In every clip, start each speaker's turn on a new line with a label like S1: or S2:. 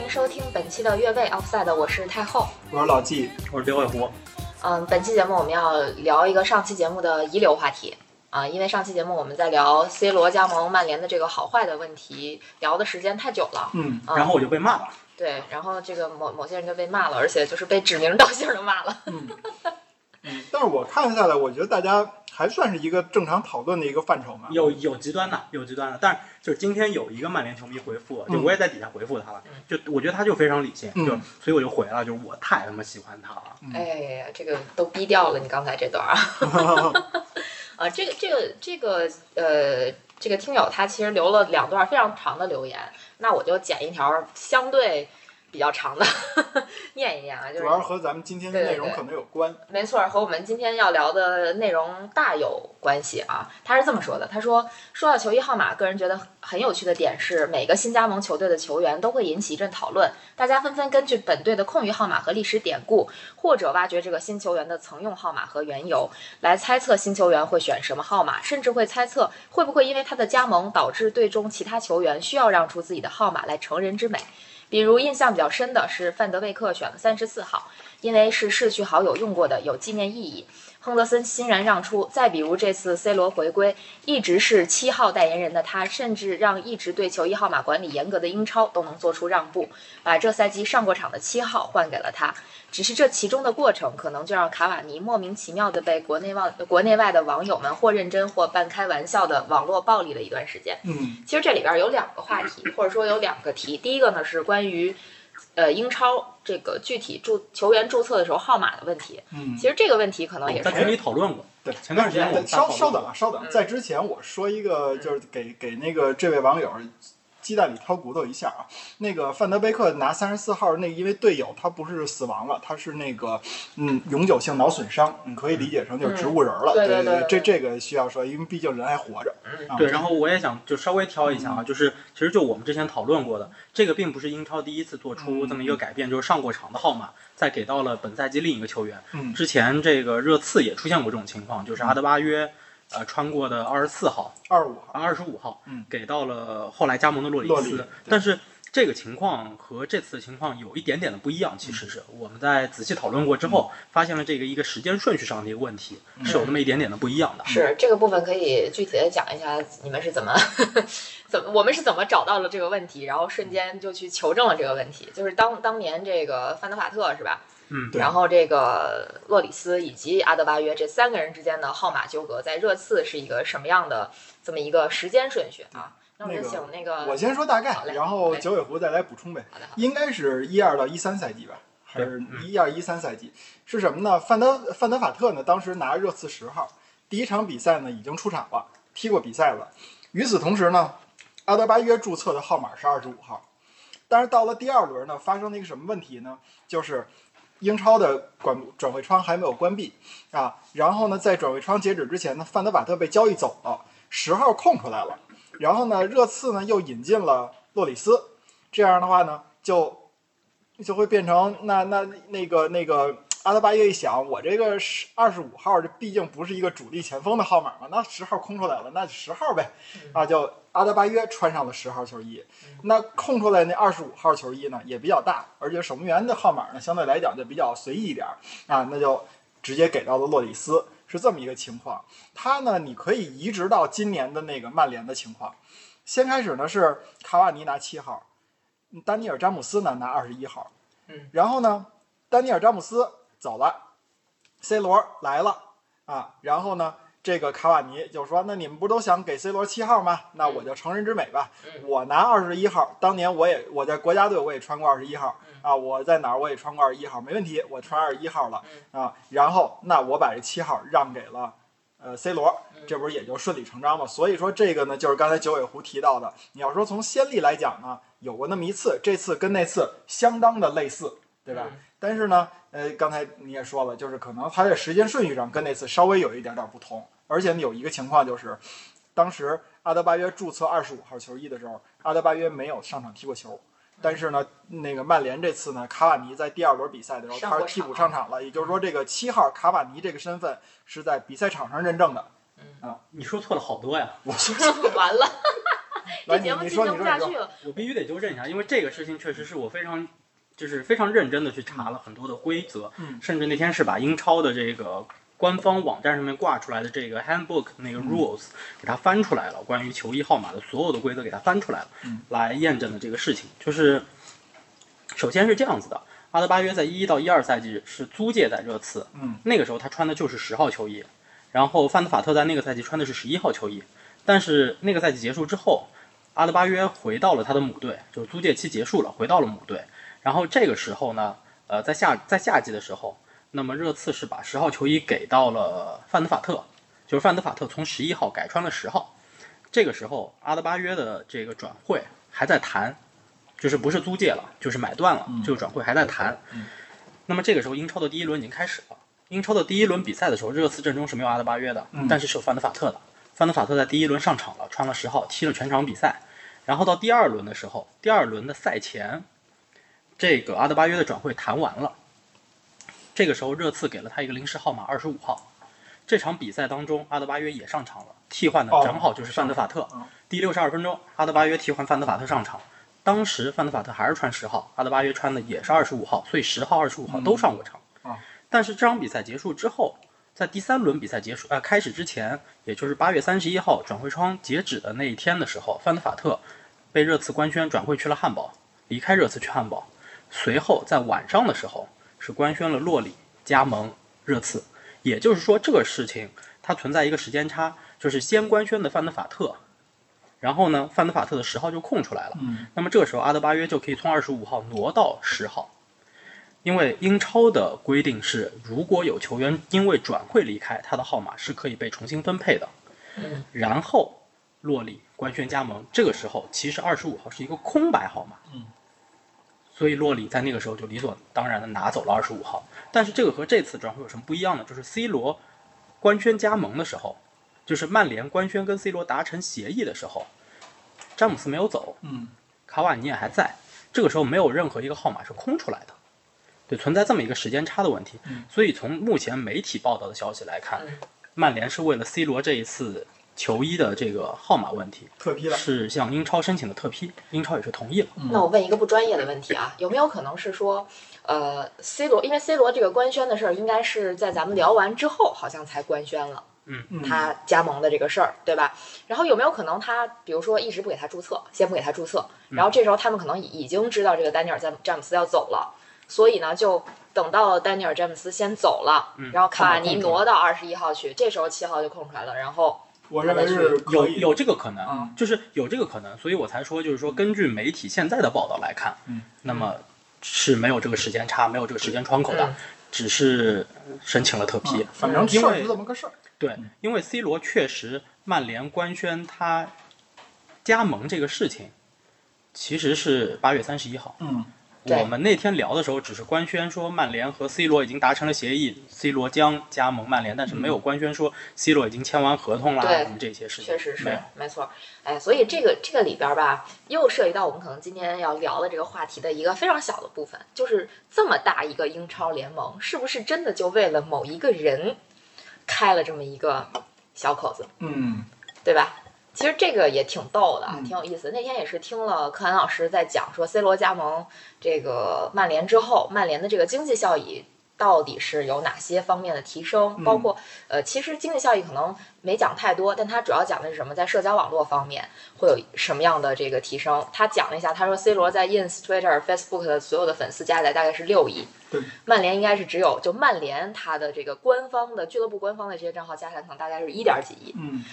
S1: 迎收听本期的越位 Offside，我是太后。
S2: 我是老纪，
S3: 我是刘伟湖，
S1: 嗯，本期节目我们要聊一个上期节目的遗留话题啊、因为上期节目我们在聊 C 罗加盟曼联的这个好坏的问题，聊的时间太久了。
S2: 嗯，
S1: 啊
S3: 然后我就被骂了。
S1: 对，然后这个某某些人就被骂了，而且就是被指名道姓的骂了。
S2: 嗯，嗯，但是我看下来，我觉得大家还算是一个正常讨论的一个范畴嘛。
S3: 有有极端的，有极端的，但是就是今天有一个曼联球迷回复，就
S2: 嗯
S3: 我也在底下回复他了
S1: 嗯，
S3: 就我觉得他就非常理性，
S2: 嗯
S3: 就所以我就回了，就是我太他妈喜欢他了。
S2: 嗯
S1: 哎，这个都逼掉了，你刚才这 段啊。啊，这个这个这个呃，这个听友他其实留了两段非常长的留言，那我就剪一条相对比较长的 念一念啊，就是
S2: 主要是和咱们今天的内容可能有关。
S1: 没错，和我们今天要聊的内容大有关系啊。他是这么说的：他说，说到球衣号码，个人觉得很有趣的点是，每个新加盟球队的球员都会引起一阵讨论，大家纷纷根据本队的空余号码和历史典故，或者挖掘这个新球员的曾用号码和缘由，来猜测新球员会选什么号码，甚至会猜测会不会因为他的加盟导致队中其他球员需要让出自己的号码来成人之美。比如印象比较深的是范德贝克选了三十四号，因为是逝去好友用过的，有纪念意义。亨德森欣然让出。再比如这次 C 罗回归，一直是七号代言人的他，甚至让一直对球衣号码管理严格的英超都能做出让步，把这赛季上过场的七号换给了他。只是这其中的过程，可能就让卡瓦尼莫名其妙的被国内外国内外的网友们或认真或半开玩笑的网络暴力了一段时间。
S2: 嗯
S1: 其实这里边有两个话题，或者说有两个题。第一个呢是关于，呃，英超这个具体注球员注册的时候号码的问题。
S2: 嗯，
S1: 其实这个问题可能也
S3: 我在群
S1: 是，
S3: 里讨论过，
S2: 对。
S3: 前段时间我们
S2: 稍
S3: 在
S2: 稍等啊，稍等，
S1: 嗯
S2: 在之前我说一个，就是给给那个这位网友
S3: 嗯
S2: 鸡蛋里挑骨头一下啊。那个范德贝克拿三十四号，那因为队友他不是死亡了，他是那个嗯永久性脑损伤，你可以理解成就是植物人了。
S1: 嗯对
S2: 对
S1: 对对
S2: 这这个需要说，因为毕竟人还活着。
S1: 嗯
S2: 啊
S3: 对，然后我也想就稍微挑一下啊，就是其实就我们之前讨论过的，这个并不是英超第一次做出
S1: 嗯
S3: 这么一个改变，就是上过场的号码再给到了本赛季另一个球员。
S2: 嗯
S3: 之前这个热刺也出现过这种情况，就是阿德巴约呃穿过的二十四号，
S2: 二十五号，
S3: 二十五号，
S2: 嗯
S3: 给到了后来加盟的洛里
S2: 洛里对
S3: 斯。但是这个情况和这次的情况有一点点的不一样，其
S2: 嗯
S3: 实是我们在仔细讨论过之后，发现了这个一个时间顺序上的一个问题，
S2: 嗯
S3: 是有那么一点点的不一样的。
S1: 是这个部分可以具体的讲一下，你们是怎么 怎么我们是怎么找到了这个问题，然后瞬间就去求证了这个问题。就是当当年这个范德法特是吧？
S3: 嗯，
S2: 对
S1: 然后这个洛里斯以及阿德巴约这三个人之间的号码纠葛，在热刺是一个什么样的这么一个时间顺序啊？那我们就
S2: 那个
S1: 请那个
S2: 我先说大概
S1: 好，嘞
S2: 然后
S1: 好嘞
S2: 九尾狐再来补充呗。
S1: 好的好的，
S2: 应该是一二到一三赛季吧，还
S3: 对
S2: 是
S3: 嗯
S2: 一二一三赛季？是什么呢？范德范德法特呢，当时拿热刺十号，第一场比赛呢已经出场了，踢过比赛了。与此同时呢，阿德巴约注册的号码是二十五号，但是到了第二轮呢，发生了一个什么问题呢？就是英超的转转会窗还没有关闭啊，然后呢，在转会窗截止之前呢，范德法特被交易走了，十号空出来了，然后呢，热刺呢又引进了洛里斯，这样的话呢，就就会变成那那那个那个阿德巴约一想，我这个十二十五号，这毕竟不是一个主力前锋的号码嘛，那十号空出来了，那就十号呗，啊，就阿德巴约穿上了十号球衣，那空出来那二十五号球衣呢也比较大，而且守门员的号码呢相对来讲就比较随意一点儿啊，那就直接给到了洛里斯，是这么一个情况。他呢，你可以移植到今年的那个曼联的情况，先开始呢是卡瓦尼拿七号。丹尼尔·詹姆斯呢拿二十一号，
S1: 嗯，
S2: 然后呢，丹尼尔·詹姆斯走了，C 罗来了啊，然后呢，这个卡瓦尼就说：“那你们不都想给 C 罗七号吗？那我就成人之美吧，
S1: 嗯
S2: 我拿二十一号。当年我也我在国家队我也穿过二十一号
S1: 嗯
S2: 啊，我在哪儿我也穿过二十一号，没问题，我穿二十一号了
S1: 嗯
S2: 啊。然后那我把这七号让给了呃 C 罗，
S1: 嗯
S2: 这不是也就顺理成章嘛？所以说这个呢，就是刚才九尾狐提到的，你要说从先例来讲呢，有过那么一次，这次跟那次相当的类似，对吧？
S1: 嗯
S2: 但是呢，呃，刚才你也说了，就是可能它在时间顺序上跟那次稍微有一点点不同，而且呢有一个情况就是，当时阿德巴约注册二十五号球衣的时候，阿德巴约没有上场踢过球。
S1: 嗯
S2: 但是呢，那个曼联这次呢，卡瓦尼在第二轮比赛的时候，
S1: 上
S2: 他是
S1: 过
S2: 替补
S1: 场
S2: 上场了，也就是说，这个七号卡瓦尼这个身份是在比赛场上认证的，
S3: 你说错了好多呀。
S2: 我说
S1: 嗯 完了，这
S2: 来，
S1: 节
S2: 你
S1: 目
S2: 你
S1: 进
S2: 说
S1: 行
S2: 你
S1: 不
S2: 说
S1: 下
S2: 你说
S1: 去，了。
S3: 我必须得纠正一下，因为这个事情确实是我非常就是非常认真的去查了很多的规则，
S2: 嗯
S3: 甚至那天是把英超的这个官方网站上面挂出来的这个 handbook 那
S2: 嗯
S3: 个 rules、给它翻出来了，关于球衣号码的所有的规则给它翻出来了，
S2: 嗯
S3: 来验证的这个事情，就是首先是这样子的。阿德巴约在一一到一二赛季是租借在热刺，
S2: 嗯
S3: 那个时候他穿的就是十号球衣，然后范德法特在那个赛季穿的是十一号球衣，但是那个赛季结束之后，阿德巴约回到了他的母队，就是租借期结束了，回到了母队。然后这个时候呢，呃，在夏在夏季的时候，那么热刺是把十号球衣给到了范德法特，就是范德法特从十一号改穿了十号。这个时候，阿德巴约的这个转会还在谈，就是不是租借了，就是买断了，
S2: 嗯
S3: 这个转会还在谈。
S2: 嗯
S3: 那么这个时候，英超的第一轮已经开始了。英超的第一轮比赛的时候，热刺阵中是没有阿德巴约的，
S2: 嗯
S3: 但是是有范德法特的。范德法特在第一轮上场了，穿了十号，踢了全场比赛。然后到第二轮的时候，第二轮的赛前，这个阿德巴约的转会谈完了。这个时候，热刺给了他一个临时号码二十五号。这场比赛当中，阿德巴约也上场了，替换的
S2: 哦
S3: 正好就是范德法特。
S2: 嗯
S3: 第六十二分钟，阿德巴约替换范德法特上场。当时范德法特还是穿十号，阿德巴约穿的也是二十五号，所以十号、二十五号都上过场。
S2: 嗯啊
S3: 但是这场比赛结束之后，在第三轮比赛结束呃开始之前，也就是八月三十一号转会窗截止的那一天的时候，范德法特被热刺官宣转会去了汉堡，离开热刺去汉堡。随后在晚上的时候是官宣了洛里加盟热刺，也就是说这个事情它存在一个时间差，就是先官宣的范德法特，然后呢范德法特的十号就空出来了。
S2: 嗯
S3: 那么这个时候阿德巴约就可以从二十五号挪到十号，因为英超的规定是，如果有球员因为转会离开，他的号码是可以被重新分配的。
S1: 嗯
S3: 然后洛里官宣加盟，这个时候其实二十五号是一个空白号码。
S2: 嗯
S3: 所以洛里在那个时候就理所当然的拿走了二十五号。但是这个和这次转会有什么不一样呢？就是 C 罗官宣加盟的时候，就是曼联官宣跟 C 罗达成协议的时候，詹姆斯没有走，
S2: 嗯
S3: 卡瓦尼也还在，这个时候没有任何一个号码是空出来的，对，存在这么一个时间差的问题
S2: 嗯。
S3: 所以从目前媒体报道的消息来看
S1: 嗯，
S3: 曼联是为了 C 罗这一次球衣的这个号码问题，
S2: 特批了。
S3: 是向英超申请的特批，英超也是同意了。
S1: 那我问一个不专业的问题啊，有没有可能是说，呃，C 罗，因为 C 罗这个官宣的事儿，应该是在咱们聊完之后，好像才官宣了
S2: 嗯
S1: 他加盟的这个事儿，对吧？然后有没有可能他，比如说一直不给他注册，先不给他注册，
S2: 嗯
S1: 然后这时候他们可能已经知道这个丹尼尔詹詹姆斯要走了，所以呢，就等到丹尼尔詹姆斯先走了，
S3: 嗯
S1: 然后卡瓦
S2: 空
S1: 尼
S2: 出来
S1: 挪到二十一号去，这时候七号就空出来了，然后
S2: 我认为是
S3: 有
S2: 可以的
S3: 有这个可能，
S2: 嗯
S3: 就是有这个可能，所以我才说，就是说根据媒体现在的报道来看，
S2: 嗯
S3: 那么是没有这个时间差，没有这个时间窗口的，
S1: 嗯
S3: 只是申请了特批。
S2: 嗯反正事儿是这么个事儿。
S3: 对，因为 C 罗确实，曼联官宣他加盟这个事情，其实是八月三十一号。
S2: 嗯
S1: 对
S3: 我们那天聊的时候，只是官宣说曼联和 C 罗已经达成了协议，C 罗将加盟曼联，但是没有官宣说 C 罗已经签完合同啦，
S1: 对
S3: 什么这些事情。
S1: 确实是
S3: 没有。
S1: 没错儿，哎，所以这个这个里边儿吧，又涉及到我们可能今天要聊的这个话题的一个非常小的部分，就是这么大一个英超联盟，是不是真的就为了某一个人开了这么一个小口子，
S2: 嗯
S1: 对吧？其实这个也挺逗的，
S2: 嗯
S1: 挺有意思。那天也是听了可汗老师在讲说，C 罗加盟这个曼联之后，曼联的这个经济效益到底是有哪些方面的提升？
S2: 嗯
S1: 包括呃，其实经济效益可能没讲太多，但他主要讲的是什么？在社交网络方面会有什么样的这个提升？他讲了一下，他说 C 罗在 Ins、Twitter、Facebook 的所有的粉丝加起来大概是六亿，
S2: 对，
S1: 曼联应该是只有就曼联它的这个官方的俱乐部官方的这些账号加起来可能大概是一点几亿。
S2: 嗯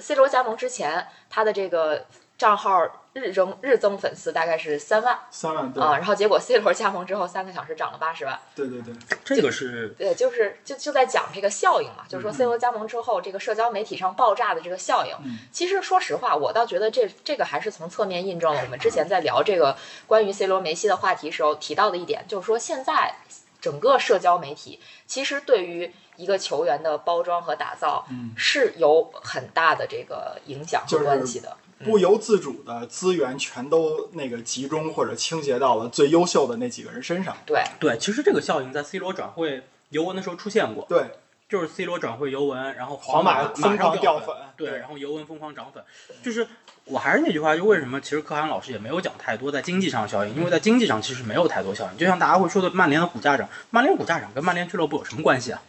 S1: C 罗加盟之前，他的这个账号日增日增粉丝大概是三万
S2: 三万对
S1: 啊，然后结果 C 罗加盟之后，三个小时涨了八十万。
S2: 对对对，
S3: 这个是
S1: 对，就是就就在讲这个效应嘛，就是说 C 罗加盟之后，这个社交媒体上爆炸的这个效应。
S2: 嗯
S1: 其实说实话，我倒觉得这这个还是从侧面印证了我们之
S2: 嗯
S1: 前在聊这个关于 C 罗、梅西的话题时候提到的一点，就是说现在整个社交媒体其实对于一个球员的包装和打造
S2: 嗯，
S1: 是有很大的这个影响和关系的。
S2: 不由自主的资源全都那个集中或者倾斜到了最优秀的那几个人身上。
S1: 对，
S3: 对，其实这个效应在 C 罗转会尤文的时候出现过，
S2: 对，
S3: 就是 C 罗转会尤文，然后
S2: 皇马
S3: 马
S2: 疯狂
S3: 马上
S2: 掉
S3: 粉
S2: 粉，
S3: 对，然后尤文疯狂涨粉，
S1: 嗯
S3: 就是我还是那句话，就为什么其实可汗老师也没有讲太多在经济上的效应，因为在经济上其实没有太多效应，就像大家会说的曼联的股价涨，曼联股价涨跟曼联俱乐部有什么关系啊？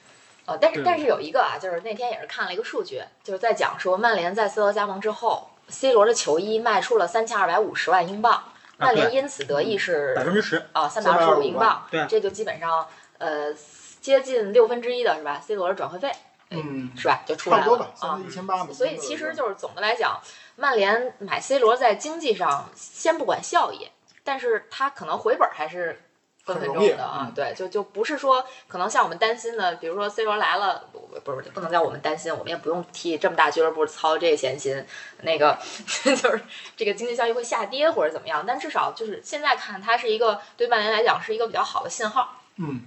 S1: 呃，但是
S3: 对
S1: 但是有一个啊，就是那天也是看了一个数据，就是在讲说曼联在 C 罗加盟之后，C 罗的球衣卖出了三千二百五十万英镑，曼联因此得益是
S3: 百分之十，
S1: 啊三百二十五
S2: 325
S1: 英镑，
S3: 对啊
S1: 这就基本上呃接近六分之一的是吧？C 罗的转会费
S2: 嗯，
S1: 是吧？就出
S2: 差
S1: 来
S2: 不多
S1: 了
S2: 吧，
S1: 啊
S2: 三。一千八吧。
S1: 所以其实就是总的来讲，曼联买 C 罗在经济上先不管效益，但是他可能回本还是分分
S2: 很
S1: 钟
S2: 容易
S1: 的啊
S2: 嗯。
S1: 对，就就不是说可能像我们担心的，比如说 C 罗来了，不不不是不能叫我们担心，我们也不用替这么大俱乐部操这个闲心，那个 就是这个经济效益会下跌或者怎么样。但至少就是现在看，它是一个对曼联来讲是一个比较好的信号，
S2: 嗯，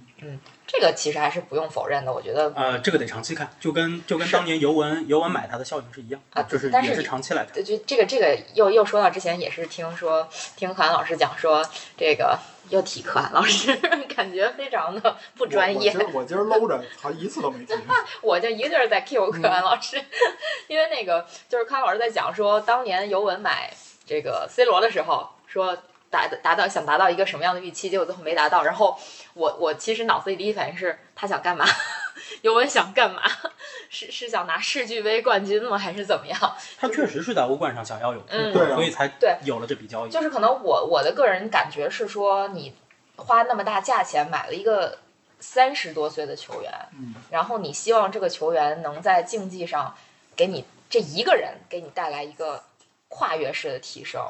S1: 这个其实还是不用否认的。我觉得
S3: 呃，这个得长期看，就跟就跟
S1: 是
S3: 当年尤文尤文买它的效应是一样
S1: 啊，
S3: 就是
S1: 但是嗯
S3: 也是长期来看。
S1: 对，就这个这个又又说到之前也是听说听韩老师讲说这个又提可啊汗老师， 感觉非常的不专业
S2: 我。我今儿我今儿搂着，好像一次 都没提。
S1: 我就一个劲儿在 Q 可
S2: 嗯
S1: 汗老师， 因为那个就是可汗老师在讲说，当年尤文买这个 C 罗的时候，说达达到想达到一个什么样的预期，结果最后没达到。然后我我其实脑子里第一反应是他想干嘛？ 尤文想干嘛？ 是是想拿世俱杯冠军吗？还是怎么样？
S3: 他确实是在欧冠上想要有突
S1: 嗯
S3: 破，
S2: 对啊
S3: 所以才
S1: 对
S3: 有了这笔交易。
S1: 就是可能我我的个人感觉是说，你花那么大价钱买了一个三十多岁的球员，
S2: 嗯，
S1: 然后你希望这个球员能在竞技上给你这一个人给你带来一个跨越式的提升，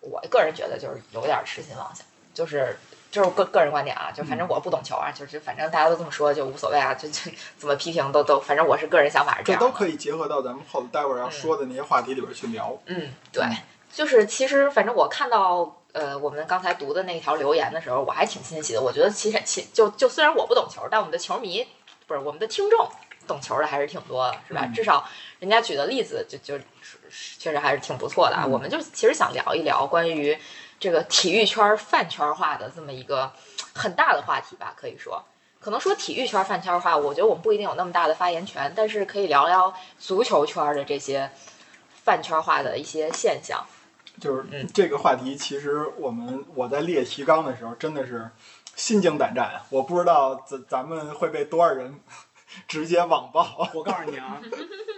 S1: 我个人觉得就是有点痴心妄想，就是。就是个个人观点啊，就反正我不懂球啊，就是反正大家都这么说，就无所谓啊，就就怎么批评都都，反正我是个人想法是这
S2: 这
S1: 样的。
S2: 都可以结合到咱们后头待会儿要说的那些话题里边去聊。
S1: 嗯，对，就是其实反正我看到呃我们刚才读的那条留言的时候，我还挺欣喜的。我觉得其实其就就虽然我不懂球，但我们的球迷不是我们的听众懂球的还是挺多的，是吧？
S2: 嗯
S1: 至少人家举的例子就就是确实还是挺不错的啊。
S2: 嗯
S1: 我们就其实想聊一聊关于这个体育圈饭圈化的这么一个很大的话题吧，可以说。可能说体育圈饭圈化，我觉得我们不一定有那么大的发言权，但是可以聊聊足球圈的这些饭圈化的一些现象。
S2: 就是
S1: 嗯
S2: 这个话题，其实我们我在列提纲的时候，真的是心惊胆战。啊我不知道咱咱们会被多少人 直接网暴。
S3: 我告诉 你啊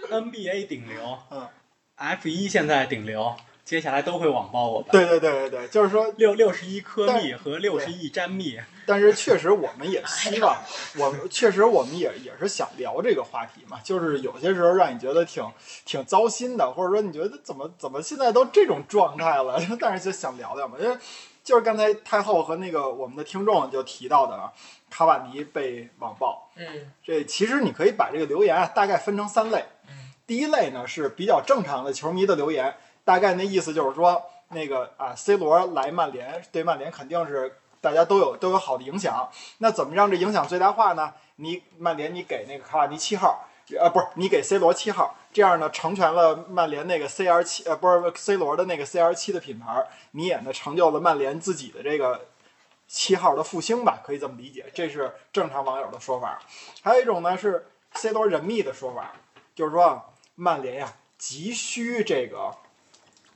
S3: ，NBA 顶流，
S2: 嗯
S3: ，F 一现在顶流，接下来都会网暴我们。
S2: 对对对对对，就是说，
S3: 六六十一科密和六十一詹密，
S2: 但是确实我们也希望，我们确实我们也也是想聊这个话题嘛，就是有些时候让你觉得挺挺糟心的，或者说你觉得怎么怎么现在都这种状态了， 但是就想聊聊嘛，因为就是刚才太后和那个我们的听众就提到的啊，卡瓦尼被网暴，
S1: 嗯
S2: 这其实你可以把这个留言啊大概分成三类
S1: 嗯，
S2: 第一类呢是比较正常的球迷的留言，大概那意思就是说那个啊 C 罗来曼联对曼联肯定是大家都有都有好的影响，那怎么让这影响最大化呢？你曼联你给那个卡瓦尼七号。呃，不是，你给 C 罗七号，这样呢，成全了曼联那个 CR 七，呃，不是 C 罗的那个 CR 七的品牌，你也呢成就了曼联自己的这个七号的复兴吧，可以这么理解，这是正常网友的说法。还有一种呢是 C 罗人密的说法，就是说啊曼联呀、急需这个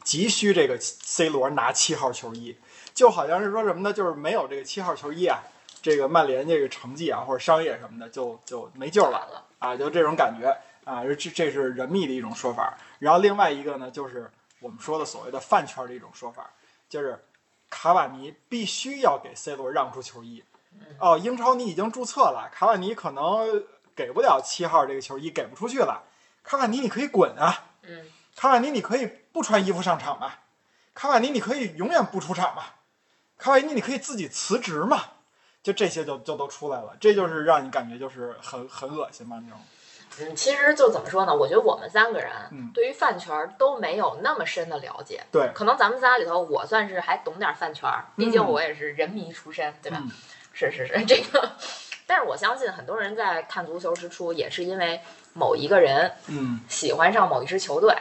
S2: 急需这个 C 罗拿七号球衣，就好像是说什么呢？就是没有这个七号球衣啊，这个曼联这个成绩啊或者商业什么的就就没救了
S1: 了。
S2: 啊，就这种感觉啊，这这是人密的一种说法。然后另外一个呢，就是我们说的所谓的饭圈的一种说法，就是卡瓦尼必须要给 C 罗让出球衣。哦，英超你已经注册了，卡瓦尼可能给不了七号这个球衣，给不出去了。卡瓦尼你可以滚啊，
S1: 嗯，
S2: 卡瓦尼你可以不穿衣服上场嘛，啊卡瓦尼你可以永远不出场嘛，啊卡瓦尼你可以自己辞职嘛，就这些就就都出来了，这就是让你感觉就是很很恶心嘛那种。
S1: 嗯，其实就怎么说呢？我觉得我们三个人
S2: 嗯
S1: 对于饭圈儿都没有那么深的了解。
S2: 对
S1: 可能咱们仨里头，我算是还懂点儿饭圈儿，毕竟
S2: 嗯
S1: 我也是人迷出身，对吧？
S2: 嗯
S1: 是是是， 这个。但是我相信很多人在看足球之初，也是因为某一个人
S2: 嗯，
S1: 喜欢上某一支球队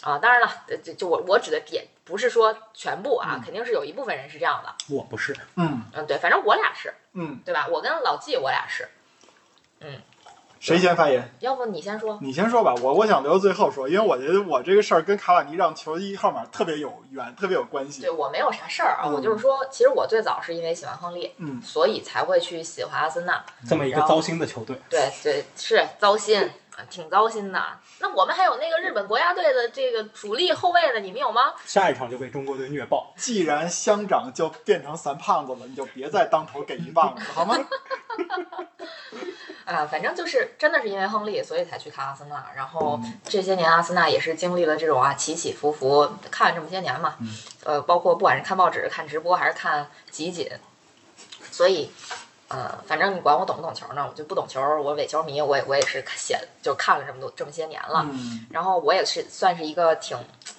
S1: 啊。当然了，呃就就我我指的也不是说全部啊，
S2: 嗯
S1: 肯定是有一部分人是这样的。
S3: 我不是，
S2: 嗯
S1: 嗯，对，反正我俩是，
S2: 嗯，
S1: 对吧？我跟老纪我俩是，
S2: 谁先发言？
S1: 要不你先说，
S2: 你先说吧，我我想留到最后说，因为我觉得我这个事儿跟卡瓦尼让球衣号码特别有缘，特别有关系
S1: 对。我没有啥事儿啊，
S2: 嗯
S1: 我就是说，其实我最早是因为喜欢亨利，
S2: 嗯，
S1: 所以才会去喜欢阿森纳。
S3: 这么一个糟心的球队，
S1: 对对，是糟心，啊挺糟心的。那我们还有那个日本国家队的这个主力后卫呢，你们有吗？
S3: 下一场就被中国队虐爆。
S2: 既然乡长就变成三胖子了，你就别再当头给一棒子，好 吗？
S1: 啊，反正就是真的是因为亨利，所以才去看阿森纳。然后
S3: 嗯
S1: 这些年阿森纳也是经历了这种啊起起伏伏，看这么些年嘛
S3: 嗯，
S1: 呃，包括不管是看报纸、看直播还是看集锦，所以。呃，反正你管我懂不懂球呢？我就不懂球，我伪球迷，我也我也是写就看了这么多这么些年了。
S2: 嗯，
S1: 然后我也是算是一个挺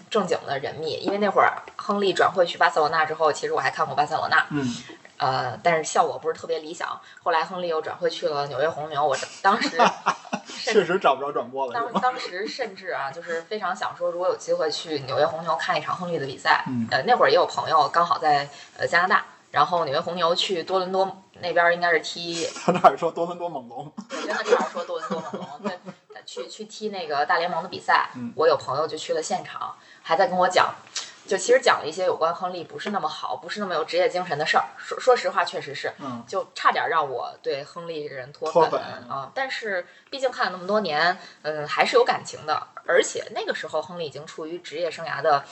S1: 正经的人迷，因为那会儿亨利转会去巴塞罗那之后，其实我还看过巴塞罗那，
S2: 嗯，
S1: 呃，但是效果不是特别理想。后来亨利又转会去了纽约红牛，我当时甚
S2: 确
S1: 至
S2: 实找不着转播了，是
S1: 当
S2: 吧？
S1: 当时甚至啊，就是非常想说，如果有机会去纽约红牛看一场亨利的比赛，
S2: 嗯
S1: 呃，那会儿也有朋友刚好在呃加拿大，然后纽约红牛去多伦多那边儿应该是踢
S2: 他那儿说多伦多猛龙，
S1: 我真的差点说多伦多猛龙，对，去去踢那个大联盟的比赛
S2: 嗯，
S1: 我有朋友就去了现场，还在跟我讲，就其实讲了一些有关亨利不是那么好，不是那么有职业精神的事儿。说说实话，确实是，
S2: 嗯，
S1: 就差点让我对亨利这个人脱
S2: 脱
S1: 粉
S2: 粉
S1: 啊。但是毕竟看了那么多年，嗯，还是有感情的。而且那个时候，亨利已经处于职业生涯的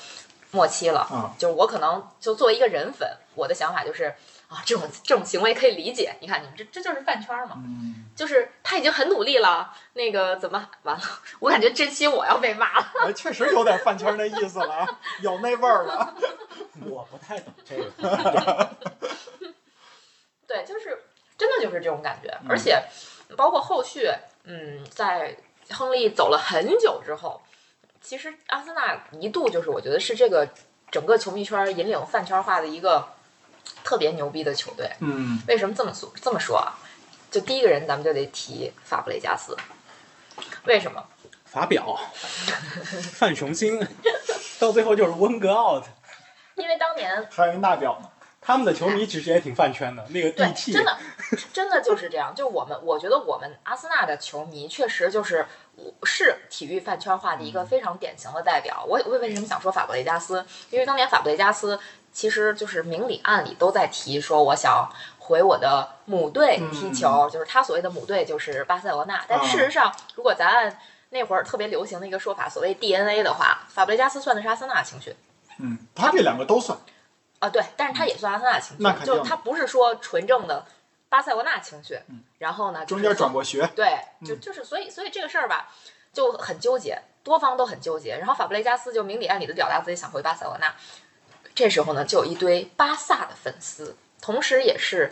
S1: 末期了，
S2: 嗯
S1: 就是我可能就作为一个人粉，我的想法就是。啊，这种这种行为可以理解。你看，你们这这就是饭圈嘛。
S2: 嗯，
S1: 就是他已经很努力了，那个怎么完了？我感觉这期我要被骂了。
S2: 哎，确实有点饭圈那意思了 啊，有那味儿了。
S3: 我不太懂这个，
S1: 对，就是真的就是这种感觉，
S2: 嗯
S1: 而且包括后续，嗯，在亨利走了很久之后，其实阿森纳一度就是我觉得是这个整个球迷圈引领饭圈化的一个特别牛逼的球队。
S2: 嗯，
S1: 为什么这么说这么说啊？就第一个人，咱们就得提法布雷加斯。为什么？
S3: 法表、范雄心，到最后就是温格 out。
S1: 因为当年
S2: 还有一纳表呢，
S3: 他们的球迷其实也挺饭圈的，那个
S1: 对，
S3: DT
S1: 真的，真的就是这样。就我们，我觉得我们阿森纳的球迷确实就是是体育饭圈化的一个非常典型的代表。我我为什么想说法布雷加斯？因为当年法布雷加斯其实就是明里暗里都在提说我想回我的母队踢球，就是他所谓的母队就是巴塞罗那。但事实上，如果咱按那会儿特别流行的一个说法，所谓 DNA 的话，法布雷加斯算的是阿森纳青训。
S2: 嗯，他这两个都算，
S1: 啊，对，但是他也算阿森纳青
S2: 嗯那
S1: 训，
S2: 肯
S1: 就是
S2: 定
S1: 他不是说纯正的巴塞罗那青训，
S2: 嗯
S1: 然后呢，
S2: 中间转
S1: 过，
S2: 过学，
S1: 对，就
S2: 嗯
S1: 就是所以所以这个事儿吧，就很纠结，多方都很纠结。然后法布雷加斯就明里暗里的表达自己想回巴塞罗那，这时候呢，就有一堆巴萨的粉丝，同时也是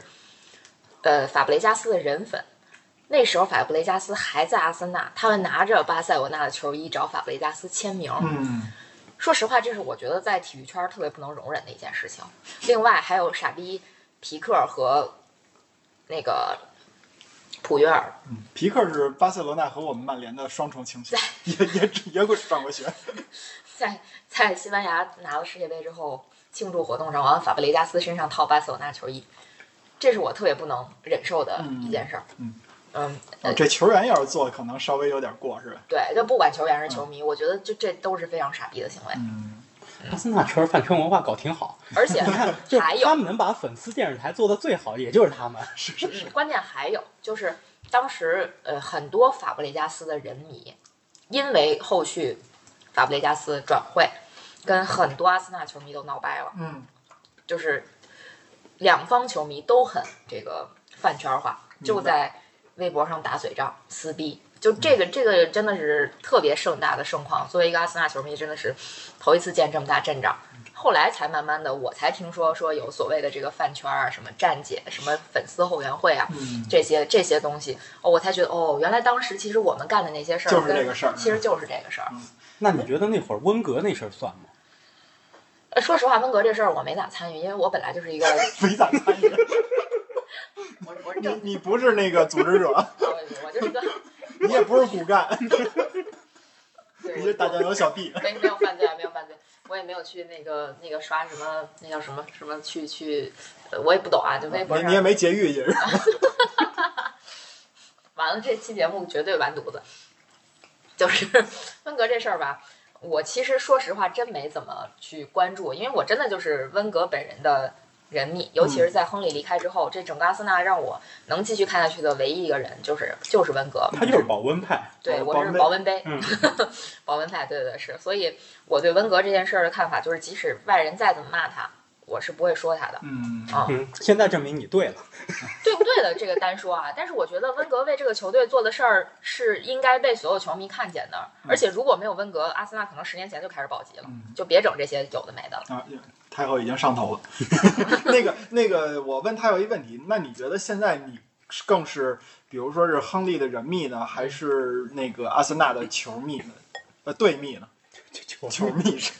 S1: 呃法布雷加斯的人粉。那时候法布雷加斯还在阿森纳，他们拿着巴塞罗那的球衣找法布雷加斯签名。
S2: 嗯，
S1: 说实话，这是我觉得在体育圈儿特别不能容忍的一件事情。另外还有傻逼皮克和那个普约尔，
S2: 嗯皮克是巴塞罗那和我们曼联的双 重情绪，也也也过转过学，
S1: 在在西班牙拿了世界杯之后庆祝活动上，往法布雷加斯身上套巴塞罗那球衣，这是我特别不能忍受的一件事儿。
S2: 嗯
S1: 嗯
S2: 哦这球员要是做，可能稍微有点过，是吧？
S1: 对，就不管球员是球迷，我觉得就这都是非常傻逼的行为，
S2: 嗯，
S3: 阿森纳圈饭圈文化搞挺好，
S1: 而 且
S3: 你看，就是
S1: 还有
S3: 他们能把粉丝电视台做得最好，也就是他们。
S2: 是是是，
S1: 嗯关键还有就是，当时呃很多法布雷加斯的人迷，因为后续法布雷加斯转会，跟很多阿森纳球迷都闹掰了，
S2: 嗯，
S1: 就是两方球迷都很这个饭圈化，
S2: 明
S1: 就
S2: 白
S1: 在微博上打嘴仗撕逼。就这个，
S2: 嗯
S1: 这个真的是特别盛大的盛况。作为一个阿森纳球迷，真的是头一次见这么大阵仗。
S2: 嗯
S1: 后来才慢慢的，我才听说说有所谓的这个饭圈啊，什么站姐，什么粉丝后援会啊，
S2: 嗯，
S1: 这些这些东西，哦，我才觉得哦，原来当时其实我们干的那些事儿，
S2: 就是这个事儿。啊嗯
S1: 其实就是这个事儿。
S3: 那你觉得那会儿温格那事儿算吗？
S1: 呃说实话，温格这事儿我没咋参与，因为我本来就是一个
S2: 没咋参与，
S1: 哎我我是
S2: 你
S1: 正，
S2: 你不是那个组织者，
S1: 我我就是一 个，
S2: 你也不是骨干，
S1: 对
S2: 你
S1: 我
S2: 是打酱油小弟。
S1: 没没有犯罪，啊，没有犯罪，我也没有去那个那个刷什么那叫什么什么去去，呃我也不懂啊，就微博
S2: 你
S1: 上
S2: 你也没节育，也是。
S1: 完了，这期节目绝对完犊子。就是 温格这事儿吧，我其实说实话真没怎么去关注，因为我真的就是温格本人的人迷，尤
S2: 嗯
S1: 其是在亨利离开之后，这整个阿森纳让我能继续看下去的唯一一个人就是就是温格。
S3: 他就是保温派，
S1: 对，
S2: 嗯保
S1: 我是
S2: 保温杯
S1: 保温杯，
S3: 嗯
S1: 保温派，对对对是，所以我对温格这件事儿的看法就是，即使外人再怎么骂他，我是不会说他的，
S2: 嗯，
S1: 啊、
S4: 嗯，现在证明你对了。
S1: 对不对的这个单说啊，但是我觉得温格为这个球队做的事儿是应该被所有球迷看见的，而且如果没有温格，阿森纳可能十年前就开始保级了
S2: 嗯，
S1: 就别整这些有的没的了。
S2: 啊，太后已经上 头了。那个那个，我问太后一问题，那你觉得现在你是更是，比如说是亨利的人密呢，还是那个阿森纳的球迷呢？呃，队密呢？
S4: 就
S2: 球
S4: 就
S2: 迷是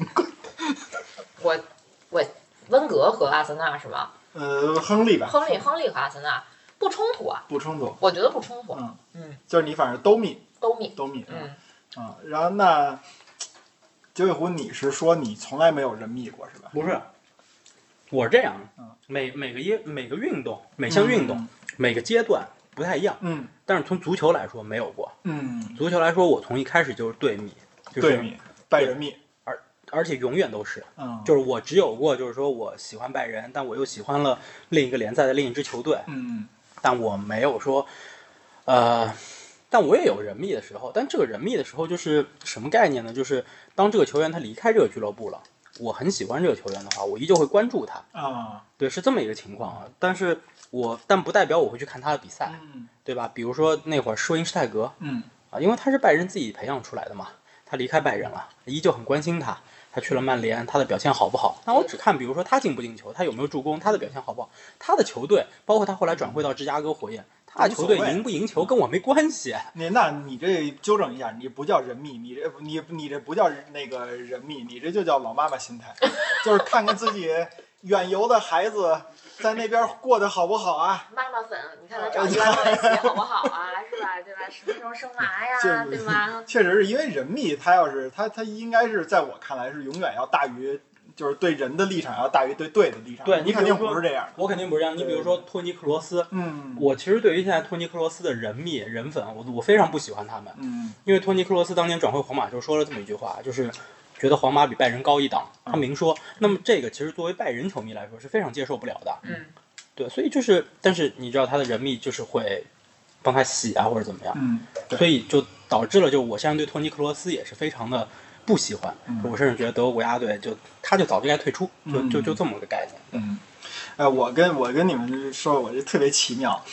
S1: 我我温格和阿森纳是吧？
S2: 呃，亨利吧，
S1: 亨利亨利和阿森纳不冲突啊，
S2: 不冲突，
S1: 我觉得不冲突，
S2: 嗯
S1: 嗯，
S2: 就是你反正都密
S1: 都密，
S2: 都密，
S1: 嗯，
S2: 啊，然后那九尾狐，你是说你从来没有人密过是吧？
S3: 不是，我是这样的
S2: 嗯，
S3: 每每个业每个运动每项运动、每个阶段不太一样，
S2: 嗯，
S3: 但是从足球来说没有过。
S2: 嗯嗯，
S3: 足球来说，我从一开始就是队迷，就是
S2: 队，密，拜仁密，
S3: 而且永远都是，
S2: 嗯，
S3: 就是我只有过就是说我喜欢拜仁，但我又喜欢了另一个联赛的另一支球队，
S2: 嗯
S3: 但我没有说，呃，但我也有人密的时候，但这个人密的时候就是什么概念呢？就是当这个球员他离开这个俱乐部了，我很喜欢这个球员的话，我依旧会关注他，
S2: 啊，
S3: 对，是这么一个情况啊。但是我但不代表我会去看他的比赛，
S2: 嗯
S3: 对吧？比如说那会儿施温施泰格
S2: 嗯
S3: 啊，因为他是拜仁自己培养出来的嘛，他离开拜仁了，依旧很关心他。他去了曼联，他的表现好不好？那我只看，比如说他进不进球，他有没有助攻，他的表现好不好？他的球队，包括他后来转会到芝加哥火焰，他的球队
S2: 无所谓
S3: 赢不赢球跟我没关系。
S2: 你那你这纠正一下，你不叫人密，你这你你这不叫那个人密，你这就叫老妈妈心态，就是看看自己远游的孩子在那边过得好不好啊。
S1: 妈妈粉，你看他找伊万诺维奇好不好啊？是吧？对吧？什么时候生娃 呀？
S2: 这
S1: 对 吧？
S2: 确实是因为人密，他要是他他应该是在我看来是永远要大于，就是对人的立场要大于对队的立场。
S3: 对
S2: 你
S3: 你
S2: 肯
S3: 比
S2: 定
S3: 如
S2: 不
S3: 说
S2: 是这样的。
S3: 我肯定不是这样。你比如说托尼克罗斯，
S2: 嗯
S3: 我其实对于现在托尼克罗斯的人迷人粉，我我非常不喜欢他们，
S2: 嗯
S3: 因为托尼克罗斯当年转会皇马就说了这么一句话，就是觉得皇马比拜仁高一档，他明说。那么这个其实作为拜仁球迷来说是非常接受不了的，
S1: 嗯，
S3: 对，所以就是，但是你知道他的人迷就是会帮他洗啊或者怎么样，
S2: 嗯，对
S3: 所以就导致了就我现在对托尼克罗斯也是非常的不喜欢，
S2: 嗯
S3: 我甚至觉得德国国家队就他就早就该退出，就就就这么个概念。
S2: 嗯，哎，我跟我跟你们说，我这特别奇妙。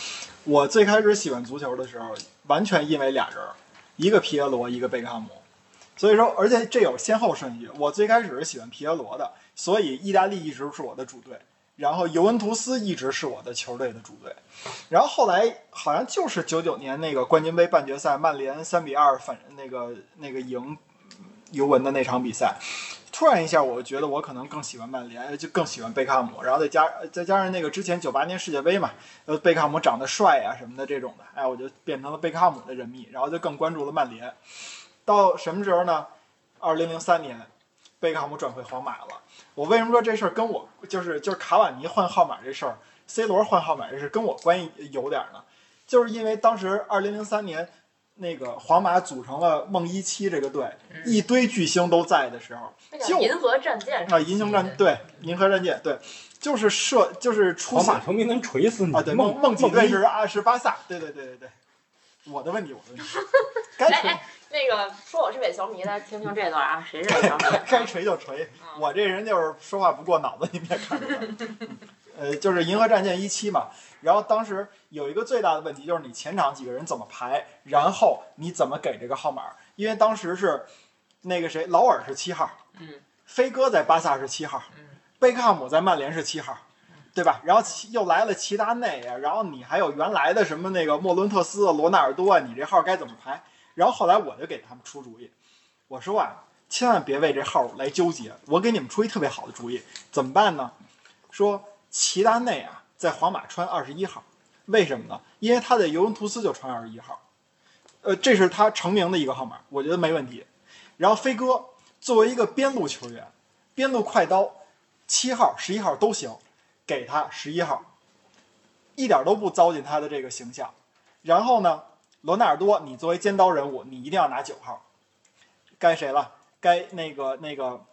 S2: 我最开始喜欢足球的时候，完全因为俩人儿，一个皮耶罗，一个贝克汉姆。所以说，而且这有先后顺序。我最开始是喜欢皮耶罗的，所以意大利一直是我的主队，然后尤文图斯一直是我的球队的主队。然后后来好像就是九九年那个冠军杯半决赛，曼联三比二反那个那个赢尤文的那场比赛，突然一下，我觉得我可能更喜欢曼联，呃就更喜欢贝克汉姆，然后再加呃再加上那个之前九八年世界杯嘛，呃，贝克汉姆长得帅啊什么的这种的，哎，我就变成了贝克汉姆的人迷，然后就更关注了曼联。到什么时候呢？二零零三年，贝克汉姆转回皇马了。我为什么说这事儿跟我就是就是卡瓦尼换号码这事儿，C 罗换号码这事儿跟我关系有点儿呢？就是因为当时二零零三年，那个皇马组成了梦一七这个队，
S1: 嗯
S2: 一堆巨星都在的时候，
S1: 那叫
S2: 就
S1: 银河战舰
S2: 啊，银熊战对，银河战舰对，就是射就是出
S3: 皇马球迷能锤死你！
S2: 啊，对梦梦
S3: 梦
S2: 几队
S3: 一
S2: 是啊是巴萨，对对对对对，我的问题我的问 题，该
S1: 哎
S2: 锤
S1: 哎，那个说我是伪球迷的，听听这段啊，谁是伪 球迷？
S2: 该锤就锤，
S1: 嗯
S2: 我这人就是说话不过脑子，你们也看出来了。 呃，就是银河战舰一期嘛，然后当时有一个最大的问题就是你前场几个人怎么排，然后你怎么给这个号码，因为当时是那个谁劳尔是七号，
S1: 嗯
S2: 飞哥在巴萨是七号，
S1: 嗯
S2: 贝克汉姆在曼联是七号，对吧？然后其又来了齐达内啊，然后你还有原来的什么那个莫伦特斯、罗纳尔多啊，你这号该怎么排？然后后来我就给他们出主意，我说啊，千万别为这号来纠结，我给你们出一特别好的主意，怎么办呢？说齐达内啊，在皇马穿二十一号，为什么呢？因为他在尤文图斯就穿二十一号，呃，这是他成名的一个号码，我觉得没问题。然后飞哥作为一个边路球员，边路快刀，七号、十一号都行，给他十一号，一点都不糟践他的这个形象。然后呢，罗纳尔多，你作为尖刀人物，你一定要拿九号。该谁了？该那个那个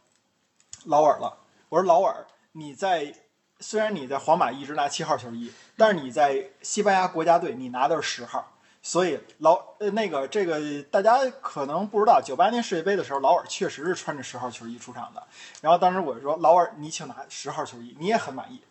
S2: 劳尔了。我说劳尔，你在虽然你在皇马一直拿七号球衣，但是你在西班牙国家队你拿的是十号，所以劳呃那个这个大家可能不知道，九八年世界杯的时候，劳尔确实是穿着十号球衣出场的。然后当时我就说，劳尔，你请拿十号球衣，你也很满意。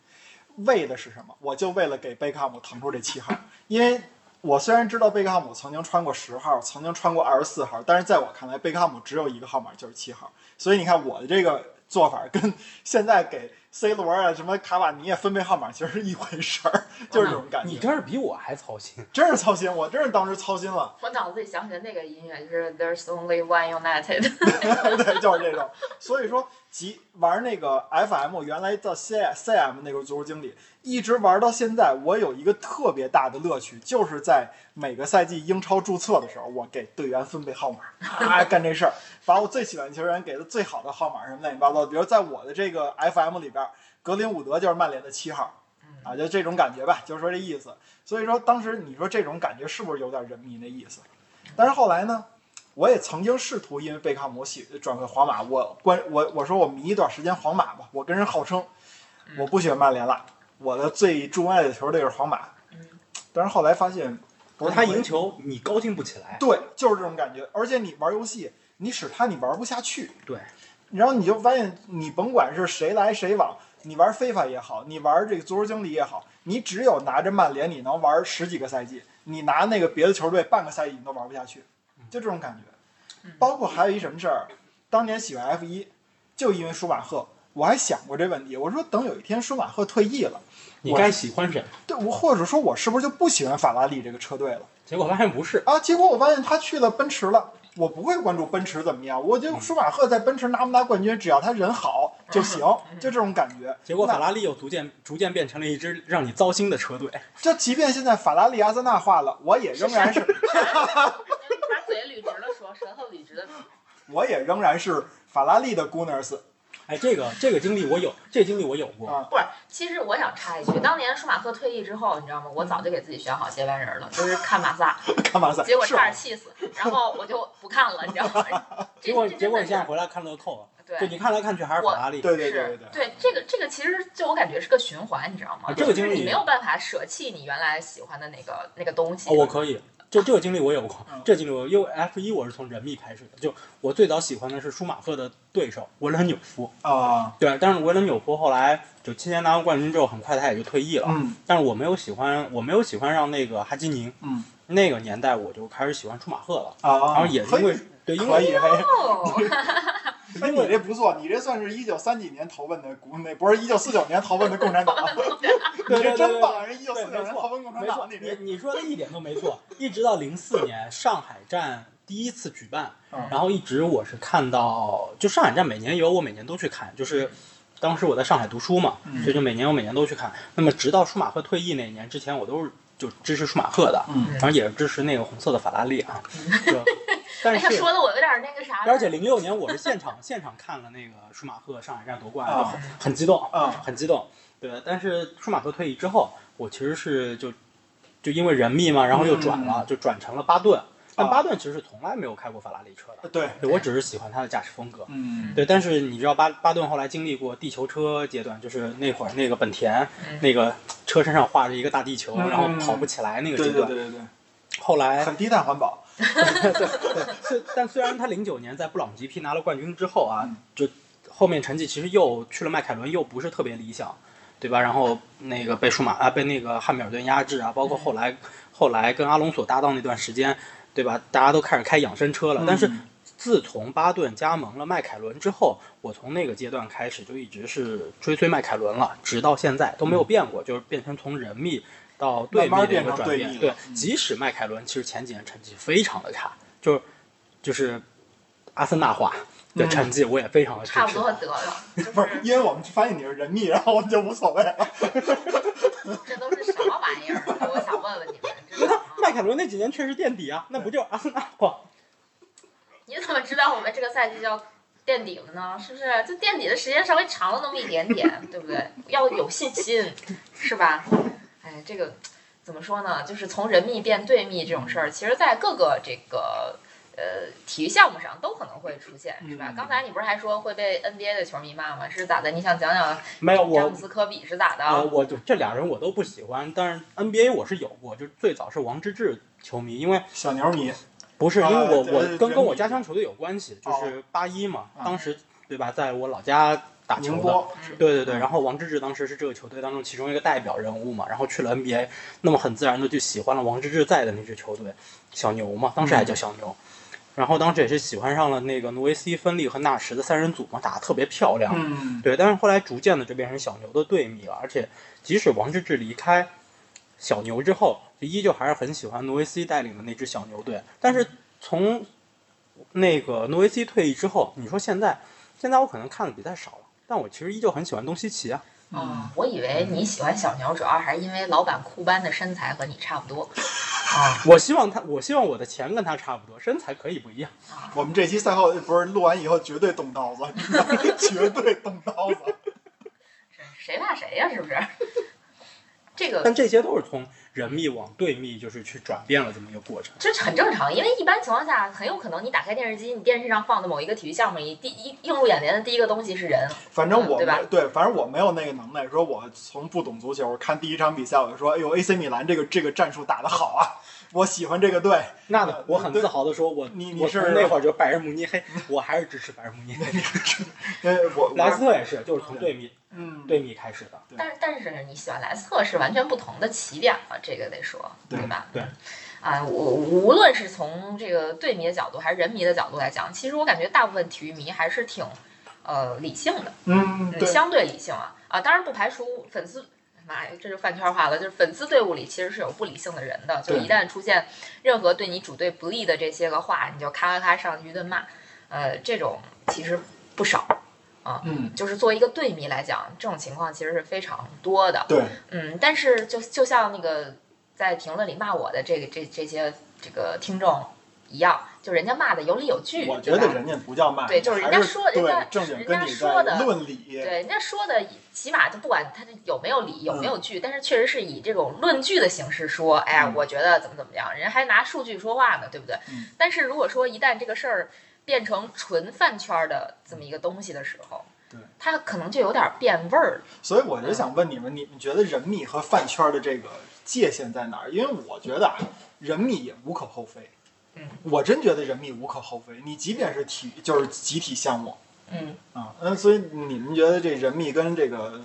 S2: 为的是什么？我就为了给贝克汉姆腾出这七号，因为我虽然知道贝克汉姆曾经穿过十号，曾经穿过二十四号，但是在我看来，贝克汉姆只有一个号码就是七号。所以你看我的这个做法跟 现在给 C 罗啊、什么卡瓦尼啊分配号码其实是一回事儿，就是这种感
S3: 哦
S2: 觉。
S4: 你这是比我还操 心。
S2: 真是操心，我真是当时操心了，
S1: 我脑子里想起来那个音乐，就是 There's Only One United，
S2: 对，就是这种。所以说，即玩那个 FM，原来的 C C M 那个足球经理，一直玩到现在，我有一个特别大的乐趣，就是在每个赛季英超注册的时候，我给队员分配号码，啊，干这事儿，把我最喜欢的球员给的最好的号码什么乱七八糟的。比如在我的这个 FM 里边，格林伍德就是曼联的七号。
S3: 嗯
S2: 啊，就这种感觉吧，就是说这意思。所以说当时你说这种感觉是不是有点人迷的意思？但是后来呢，我也曾经试图因为贝克汉姆喜转会皇马，我关我我说我迷一段时间皇马吧，我跟人号称我不喜欢曼联了，我的最钟爱的球队是皇马
S1: 嗯。
S2: 但是后来发现不是
S3: 他赢，球你高兴不起来，
S2: 对，就是这种感觉。而且你玩游戏，你使他你玩不下去，
S3: 对，
S2: 然后你就发现你甭管是谁来谁往，你玩非法也好，你玩这个足球经理也好，你只有拿着曼联，你能玩十几个赛季，你拿那个别的球队半个赛季你都玩不下去，就这种感觉
S1: 嗯。
S2: 包括还有一什么事儿，当年喜欢 F 一，就因为舒马赫，我还想过这问题，我说等有一天舒马赫退役了，
S4: 你该喜欢谁？
S2: 对我或者说我是不是就不喜欢法拉利这个车队了？
S4: 结果发现不是。
S2: 啊，结果我发现他去了奔驰了。我不会关注奔驰怎么样，我
S3: 嗯
S2: 就舒马赫在奔驰拿不拿冠军，只要他人好就 行，就这种感觉。
S3: 结果法拉利又逐渐逐渐变成了一支让你糟心的车队。
S2: 这即便现在法拉利阿森纳化了，我也仍然是，
S1: 把嘴捋直了说，舌头捋直的
S2: 我也仍然是法拉利的 Gunners。
S3: 哎，这个这个经历我有，这个经历我有
S2: 啊
S3: 过。
S1: 不是，其实我想插一句，当年舒马赫退役之后，你知道吗？我早就给自己选好接班人了，就是看马萨，
S2: 看马赛，
S1: 结果
S2: 嗯是
S1: 差点气死，然后我就不看了，你知道 吗？这
S3: 结果
S1: 这
S3: 结果你现
S1: 真
S3: 在
S1: 的
S3: 回来看乐啊扣，
S1: 是
S3: 就
S1: 对。
S3: 你看来看去还是法拉利。
S2: 对对
S1: 是
S2: 对对对。
S1: 这个这个其实就我感觉是个循环，你知道吗？
S3: 啊这个
S1: 就是
S3: 经历
S1: 你没有办法舍弃你原来喜欢的那个那个东西。
S3: 哦，我可以，就这个经历我有过
S2: 嗯，
S3: 这个经历我因为 F 一我是从人密开始的，就我最早喜欢的是舒马赫的对手维伦纽夫，
S2: 啊，
S3: 对，但是维伦纽夫后来九七年拿完冠军之后，很快他也就退役了，
S2: 嗯
S3: 但是我没有喜欢，我没有喜欢上那个哈基宁，
S2: 嗯
S3: 那个年代我就开始喜欢舒马赫了，
S2: 啊，
S3: 然后也是因为对，因
S2: 可
S3: 为
S2: 以， 嘿
S1: 哦，
S2: 那你这不错，你这算是一九三几年投奔的共，那不是一九四九年投奔的共产 党，你
S3: 对
S2: 这
S3: 对
S2: 真
S3: 对
S2: 棒，人一九四
S3: 对
S2: 九
S3: 没
S2: 年
S3: 错
S2: 投奔共产
S3: 没
S2: 党
S3: 错，，
S2: 你
S3: 你
S2: 这
S3: 你说的一点都没错。一直到零四年上海站第一次举办，
S2: 嗯
S3: 然后一直我是看到，就上海站每年有，我每年都去看，就是。当时我在上海读书嘛，
S2: 嗯
S3: 所以就每年我每年都去看。那么直到舒马赫退役那一年之前，我都是就支持舒马赫的，
S2: 嗯
S3: 然后也是支持那个红色的法拉利啊。 就
S1: 哎
S3: 但
S1: 呀，
S3: 是
S1: 说的我有点那个啥了。
S3: 而且零六年我是现场现场看了那个舒马赫上海站夺冠，
S2: 啊
S3: 就很很激动，
S2: 啊
S3: 很激动。对，但是舒马赫退役之后，我其实是就就因为人密嘛，然后又转
S2: 嗯
S3: 了，就转成了巴顿。但
S2: 哦
S3: 巴顿其实是从来没有开过法拉利车的，
S2: 对，
S3: 对我只是喜欢他的驾驶风格。
S2: 嗯
S3: 对，但是你知道巴巴顿后来经历过地球车阶段，就是那会儿那个本田、
S1: 嗯
S3: 那个车身上画着一个大地球，
S2: 嗯
S3: 然后跑不起来那个阶
S2: 对
S3: 段。
S2: 对对对
S3: 后来
S2: 对，很低碳环保，
S3: 对对，虽 但虽然他零九年在布朗 GP 拿了冠军之后啊
S2: 嗯，
S3: 就后面成绩其实又去了迈凯伦，又不是特别理想，对吧？然后那个被舒马啊，被那个汉密尔顿压制啊，包括后来后来跟阿隆索搭档那段时间，对吧？大家都开始开养生
S1: 哎
S3: 车了，但是
S2: 嗯
S3: 自从巴顿加盟了迈凯伦之后，我从那个阶段开始就一直是追随迈凯伦了，直到现在都没有变过，就是变成从人密到队密
S2: 慢慢
S3: 的一
S2: 变
S3: 个
S2: 成
S3: 转
S2: 队
S3: 嗯变。
S2: 密
S3: 对
S2: 了，嗯
S3: 即使迈凯伦其实前几年成绩非常的差，就是就是阿森纳化的
S2: 嗯
S3: 成绩，我也非常的支
S1: 差不
S3: 持。
S1: 多得了，就是
S2: 不是，因为我们发现你是人密，然后我们就无所谓了。
S1: 这都是什么玩意儿？我想问问你们，知
S3: 因为
S1: 道
S3: 他
S1: 吗？
S3: 迈凯伦那几年确实垫底啊，那不就是阿森纳化？
S1: 你怎么知道我们这个赛季要垫底了呢？是不是？就垫底的时间稍微长了那么一点点，对不对？要有信心，是吧？哎，这个怎怎么说呢，就是从人密变队密这种事儿，其实在各个这个呃体育项目上都可能会出现，是吧？
S5: 嗯
S1: 刚才你不是还说会被 NBA 的球迷骂吗？是咋的？你想讲讲
S3: 没有
S1: 詹
S3: 我
S1: 姆斯、科比是咋的？
S3: 啊，我就这俩人我都不喜欢，但是 NBA 我是有过，就是最早是王治郅球迷，因为
S2: 小牛迷，
S3: 不是因
S2: 啊
S3: 为我
S2: 对
S3: 我
S2: 对
S3: 跟
S2: 对
S3: 跟我家乡球队有关系，就
S2: 哦
S3: 是八一嘛，
S2: 啊
S3: 当时对吧，在我老家打球
S2: 宁
S3: 的。
S2: 波
S1: 嗯
S3: 对对对，
S2: 嗯
S3: 然后王治郅当时是这个球队当中其中一个代表人物嘛，然后去了 NBA，那么很自然的就喜欢了王治郅在的那支球队，小牛嘛，当时
S2: 嗯
S3: 还叫小牛，然后当时也是喜欢上了那个诺维斯基芬利和纳什的三人组嘛，打得特别漂
S1: 啊
S3: 亮，
S2: 嗯，
S3: 对，但是后来逐渐的就变成小牛的队迷了，而且即使王治郅离开小牛之后，就依旧还是很喜欢诺维斯基带领的那支小牛队。但是从那个诺维斯基退役之后，你说现在，现在我可能看的比赛少了，但我其实依旧很喜欢东契奇啊。
S1: 啊，我以为你喜欢小牛，主要还是因为老板库班的身材和你差不多。啊
S3: 我希望他，我希望我的钱跟他差不多，身材可以不一样。
S1: 啊，
S2: 我们这期赛后不是录完以后绝对动刀子， 绝对动刀 子。
S1: 是谁怕谁呀、是不是？这个
S3: 但这些都是从人密往队密就是去转变了这么一个过程。
S1: 这很正常，因为一般情况下，很有可能你打开电视机，你电视上放的某一个体育项目，你第一映入眼帘的第一个东西是人。
S2: 反正我
S1: 对吧
S2: 没嗯对，反正我没有那个能耐。说我从不懂足球，看第一场比赛我就说，哎呦，AC 米兰这个这个战术打得好啊，我喜欢这个队。
S3: 那呢，我很自豪的说，我
S2: 呃你你
S3: 我
S2: 是
S3: 从那会儿就拜仁慕尼黑，我还是支持拜仁慕尼黑。
S2: 因为 我
S3: 莱
S2: 我
S3: 斯特也是，就是从队密
S2: 嗯，
S3: 队密开始的。
S2: 对
S1: 但但是你喜欢莱斯特是完全不同的起点了，这个得说，对
S2: 对
S1: 吧？
S3: 对。
S1: 啊，我无论是从这个队迷的角度还是人迷的角度来讲，其实我感觉大部分体育迷还是挺，呃，理性的。
S2: 嗯，
S1: 嗯，
S2: 对，
S1: 相对理性啊啊，当然不排除粉丝，妈呀，这就饭圈化了，就是粉丝队伍里其实是有不理性的人的，就
S2: 对
S1: 一旦出现任何对你主队不利的这些个话，你就咔咔咔上去一顿骂，呃，这种其实不少，
S2: 嗯，
S1: 就是作为一个队迷来讲，这种情况其实是非常多的，
S2: 对，
S1: 嗯，但是就就像那个在评论里骂我的这个这这些这个听众一样，就人家骂的有理有据，
S2: 我
S1: 对
S2: 觉
S1: 吧
S2: 得人家不叫骂，
S1: 对就是人家
S2: 还
S1: 说人家
S2: 对正经
S1: 人家
S2: 跟你
S1: 说的
S2: 在论理，
S1: 对，人家说的起码就不管他有没有理有
S2: 嗯
S1: 没有据，但是确实是以这种论据的形式说，哎呀，
S2: 嗯
S1: 我觉得怎么怎么样，人家还拿数据说话呢，对不对？
S2: 嗯
S1: 但是如果说一旦这个事儿变成纯饭圈儿的这么一个东西的时候，
S2: 对
S1: 它可能就有点变味儿了。
S2: 所以
S1: 嗯
S2: 我就想问你们，你们觉得人密和饭圈的这个界限在哪儿？因为我觉得啊，人密也无可厚非。
S1: 嗯，
S2: 我真觉得人密无可厚非。你即便是体就是集体项目
S1: 嗯，
S2: 啊，嗯，所以你们觉得这人密跟这个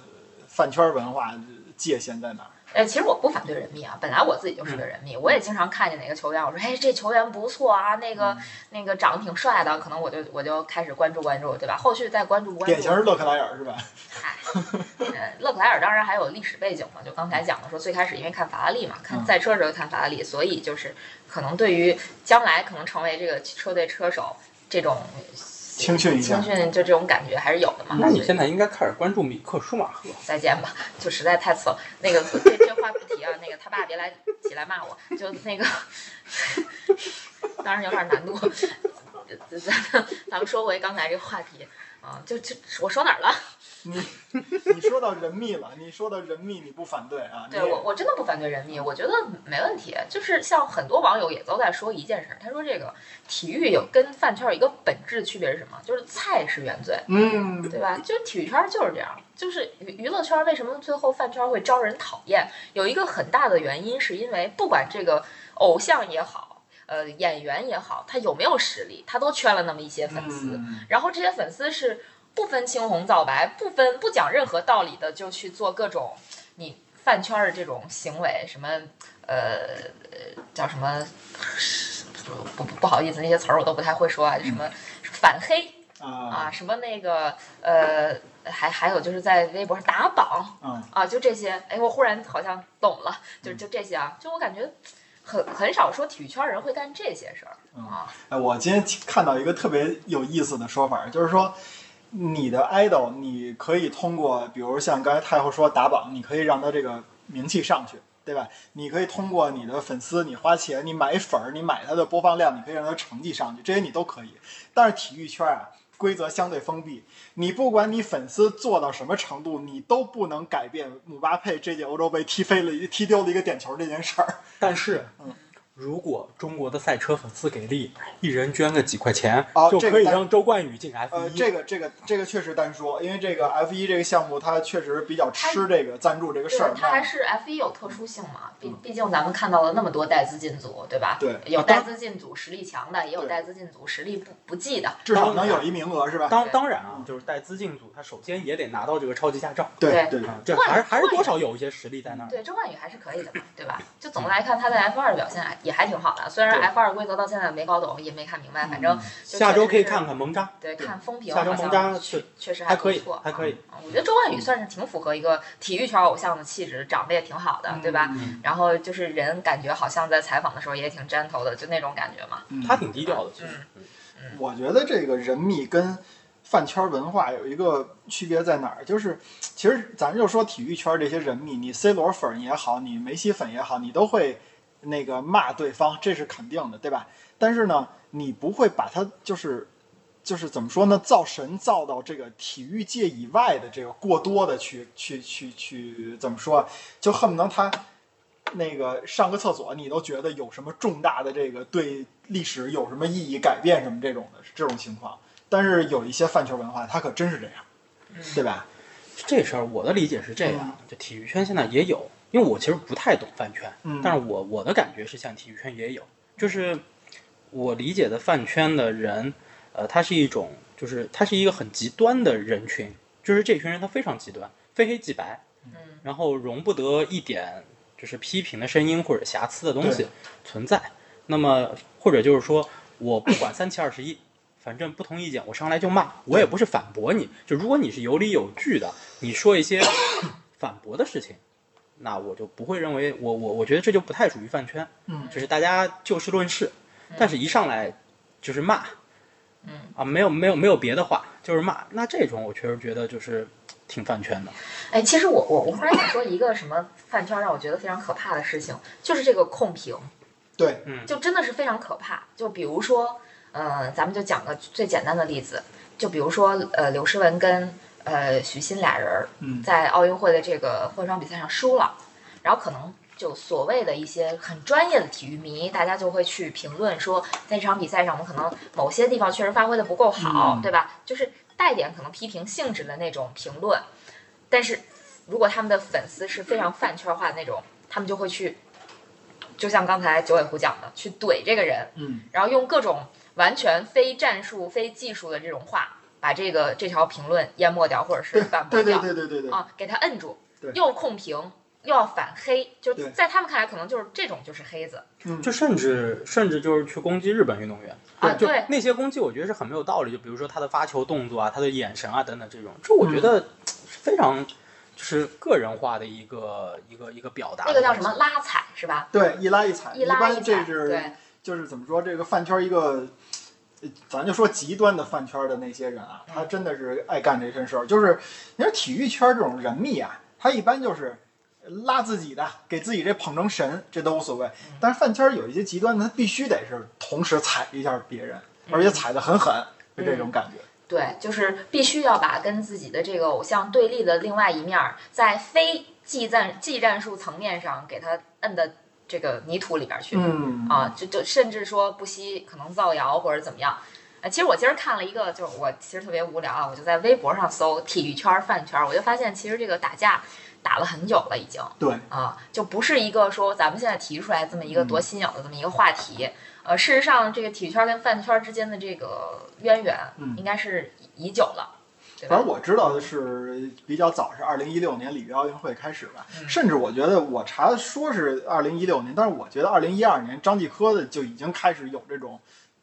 S2: 饭圈文化界限在哪儿？
S1: 哎，其实我不反对人迷啊，本来我自己
S2: 嗯
S1: 就是个人迷，我也经常看见哪个球员，我说，哎，这球员不错啊，那
S2: 嗯
S1: 个、那个长得挺帅的，可能我就我就开始关注关注，对吧？后续再关注关注，
S2: 典型是勒克莱尔是吧？
S1: 嗨，呃，勒克莱尔当然还有历史背景嘛，就刚才讲的说，最开始因为看法拉利嘛，看
S2: 嗯
S1: 赛车的时候看法拉利，所以就是可能对于将来可能成为这个车队车手这种
S2: 青训一 下
S1: 青，训就这种感觉还是有的嘛。
S3: 那你
S1: 所以
S3: 现在应该开始关注米克舒马赫。
S1: 再见吧，就实在太次了。那个这这话不提啊，那个他爸别来起来骂我，就那个， 当然有点难度。 咱咱们说回刚才这个话题啊，就就我说哪儿了？
S2: 你你说到人密了，你说到人密你不反对啊？
S1: 对
S2: 你也
S1: 我，我真的不反对人民，我觉得没问题。就是像很多网友也都在说一件事儿，他说这个体育有跟饭圈有一个本质区别是什么？就是菜是原罪，
S2: 嗯，
S1: 对吧？就体育圈就是这样，就是娱娱乐圈为什么最后饭圈会招人讨厌？有一个很大的原因是因为不管这个偶像也好，呃，演员也好，他有没有实力，他都圈了那么一些粉丝。
S2: 嗯
S1: 然后这些粉丝是不分青红皂白，不分不讲任何道理的，就去做各种你饭圈儿的这种行为，什么呃叫什么不不不好意思，那些词儿我都不太会说啊，什么反黑
S2: 啊
S1: 啊，什么那个呃，还还有就是在微博上打榜，
S2: 嗯
S1: 啊，就这些。哎，我忽然好像懂了，就就这些啊，就我感觉很很少说体育圈儿人会干这些事儿
S2: 嗯
S1: 啊，
S2: 哎，我今天看到一个特别有意思的说法，就是说，你的 idol 你可以通过，比如像刚才太后说打榜，你可以让他这个名气上去，对吧？你可以通过你的粉丝，你花钱，你买粉儿，你买他的播放量，你可以让他成绩上去，这些你都可以。但是体育圈啊，规则相对封闭，你不管你粉丝做到什么程度，你都不能改变姆巴佩这届欧洲杯踢飞了一踢丢了一个点球这件事儿。
S3: 但是
S2: 嗯，
S3: 如果中国的赛车粉丝给力，一人捐个几块钱，
S2: 哦
S3: 就
S2: 这个
S3: 可以
S2: 当
S3: 让周冠宇进 F 一、
S2: 呃，这个这个这个确实单说，因为这个 F 一这个项目它确实比较吃这个赞助这个事
S1: 对
S2: 儿，。
S1: 它还是 F 一有特殊性嘛，毕毕竟咱们看到了那么多带资进组，对吧？
S2: 对
S1: 有
S2: 啊当
S1: 带资进组实力强的，也有
S2: 对
S1: 带资进组实力不不济的。
S2: 至少能有一名额是吧？
S3: 当当然啊，就是带资进组，他首先也得拿到这个超级驾照
S2: 对
S1: 对
S2: 对
S3: 啊，这还是还是多少有一些实力在那儿。
S1: 对，周冠宇还是可以的嘛，对吧？就总的来看，他在 F 二的表现还也还挺好的，虽然
S2: 对嗯
S1: F 二规则到现在没搞懂，也没看明白，反正就
S3: 下周可
S1: 确实
S3: 以
S1: 是
S3: 看看蒙扎，
S1: 对看风评，
S3: 下周蒙扎是
S1: 确实
S3: 还
S1: 不
S3: 可以
S1: 错，，
S3: 还可以。
S1: 嗯我觉得周冠宇算是挺符合一个体育圈偶像的气质，长得也挺好的，对吧？
S3: 嗯
S1: 然后就是人感觉好像在采访的时候也挺 gentle 的，就那种感觉嘛。
S2: 嗯
S3: 他挺低调的，其实。
S2: 我觉得这个人密跟饭圈文化有一个区别在哪儿？就是其实咱就说体育圈这些人密，你 C 罗粉也好，你梅西粉也好，你都会那个骂对方，这是肯定的，对吧？但是呢，你不会把他就是。就是怎么说呢？造神造到这个体育界以外的这个过多的去去去去怎么说啊？就恨不得他那个上个厕所，你都觉得有什么重大的这个对历史有什么意义改变什么这种的这种情况。但是有一些饭圈文化，它可真是这样，
S1: 嗯
S2: 对吧？
S3: 这事儿我的理解是这样，就体育圈现在也有，因为我其实不太懂饭圈，
S2: 嗯
S3: 但是我我的感觉是，像体育圈也有，就是我理解的饭圈的人，呃，他是一种，就是他是一个很极端的人群，就是这群人他非常极端，非黑即白，
S1: 嗯，
S3: 然后容不得一点就是批评的声音或者瑕疵的东西
S2: 对
S3: 存在。那么或者就是说我不管三七二十一，反正不同意见我上来就骂，我也不是反驳你。就如果你是有理有据的，你说一些反驳的事情，那我就不会认为我我我觉得这就不太属于饭圈，
S2: 嗯
S3: 就是大家就事论事。但是一上来就是骂，
S1: 嗯
S3: 啊，没有没有没有别的话，就是骂。那这种我确实觉得就是挺饭圈的。
S1: 哎，其实我我我忽然想说一个什么饭圈让我觉得非常可怕的事情，就是这个控评，
S2: 对，
S1: 就真的是非常可怕。就比如说，呃，咱们就讲个最简单的例子，就比如说，呃，刘诗雯跟呃许昕俩人儿
S2: 嗯
S1: 在奥运会的这个混双比赛上输了，然后可能就所谓的一些很专业的体育迷，大家就会去评论说，在这场比赛上，我们可能某些地方确实发挥的不够好，
S2: 嗯
S1: 对吧？就是带点可能批评性质的那种评论，但是如果他们的粉丝是非常饭圈化的那种，他们就会去，就像刚才九尾狐讲的，去怼这个人，
S2: 嗯，
S1: 然后用各种完全非战术、非技术的这种话，把这个这条评论淹没掉，或者是反驳
S2: 对
S1: 掉
S2: 对对对对对，
S1: 啊，给他摁住
S2: 对，
S1: 又控评。又要反黑，就
S2: 对
S1: 在他们看来，可能就是这种就是黑子
S2: 嗯，
S3: 就甚至甚至就是去攻击日本运动员，
S1: 啊，
S3: 就
S1: 对，
S3: 那些攻击，我觉得是很没有道理。就比如说他的发球动作啊，他的眼神啊等等这种，这
S1: 嗯
S3: 我觉得是非常就是个人化的一个一个一个表达。
S1: 那个叫什么？拉踩是吧？
S2: 对一拉一踩，
S1: 一
S2: 一
S1: 拉
S2: 般
S1: 一
S2: 这
S1: 踩，
S2: 是
S1: 对，
S2: 就是怎么说这个饭圈一个，呃咱就说极端的饭圈的那些人啊，他真的是爱干这身事儿。就是你说体育圈这种人密啊，他一般就是拉自己的，给自己这捧成神，这都无所谓。但是饭圈有一些极端的，他必须得是同时踩一下别人，而且踩得很狠，就这种感觉。
S1: 对，就是必须要把跟自己的这个偶像对立的另外一面儿，在非技战技战术层面上给他摁到这个泥土里边儿去、
S2: 嗯，
S1: 啊，就就甚至说不惜可能造谣或者怎么样。呃，其实我今儿看了一个，就是我其实特别无聊啊，我就在微博上搜体育圈儿、饭圈儿，我就发现其实这个打架打了很久了，已经。
S2: 对，
S1: 啊，就不是一个说咱们现在提出来这么一个
S2: 嗯
S1: 多新颖的这么一个话题。呃，事实上，这个体育圈跟饭圈之间的这个渊源
S2: 嗯，
S1: 应该是已久了，对
S2: 反
S1: 吧
S2: 正？我知道的是比较早，是二零一六年里约奥运会开始吧。
S1: 嗯
S2: 甚至我觉得我查的说是二零一六年，但是我觉得二零一二年张继科的就已经开始有这种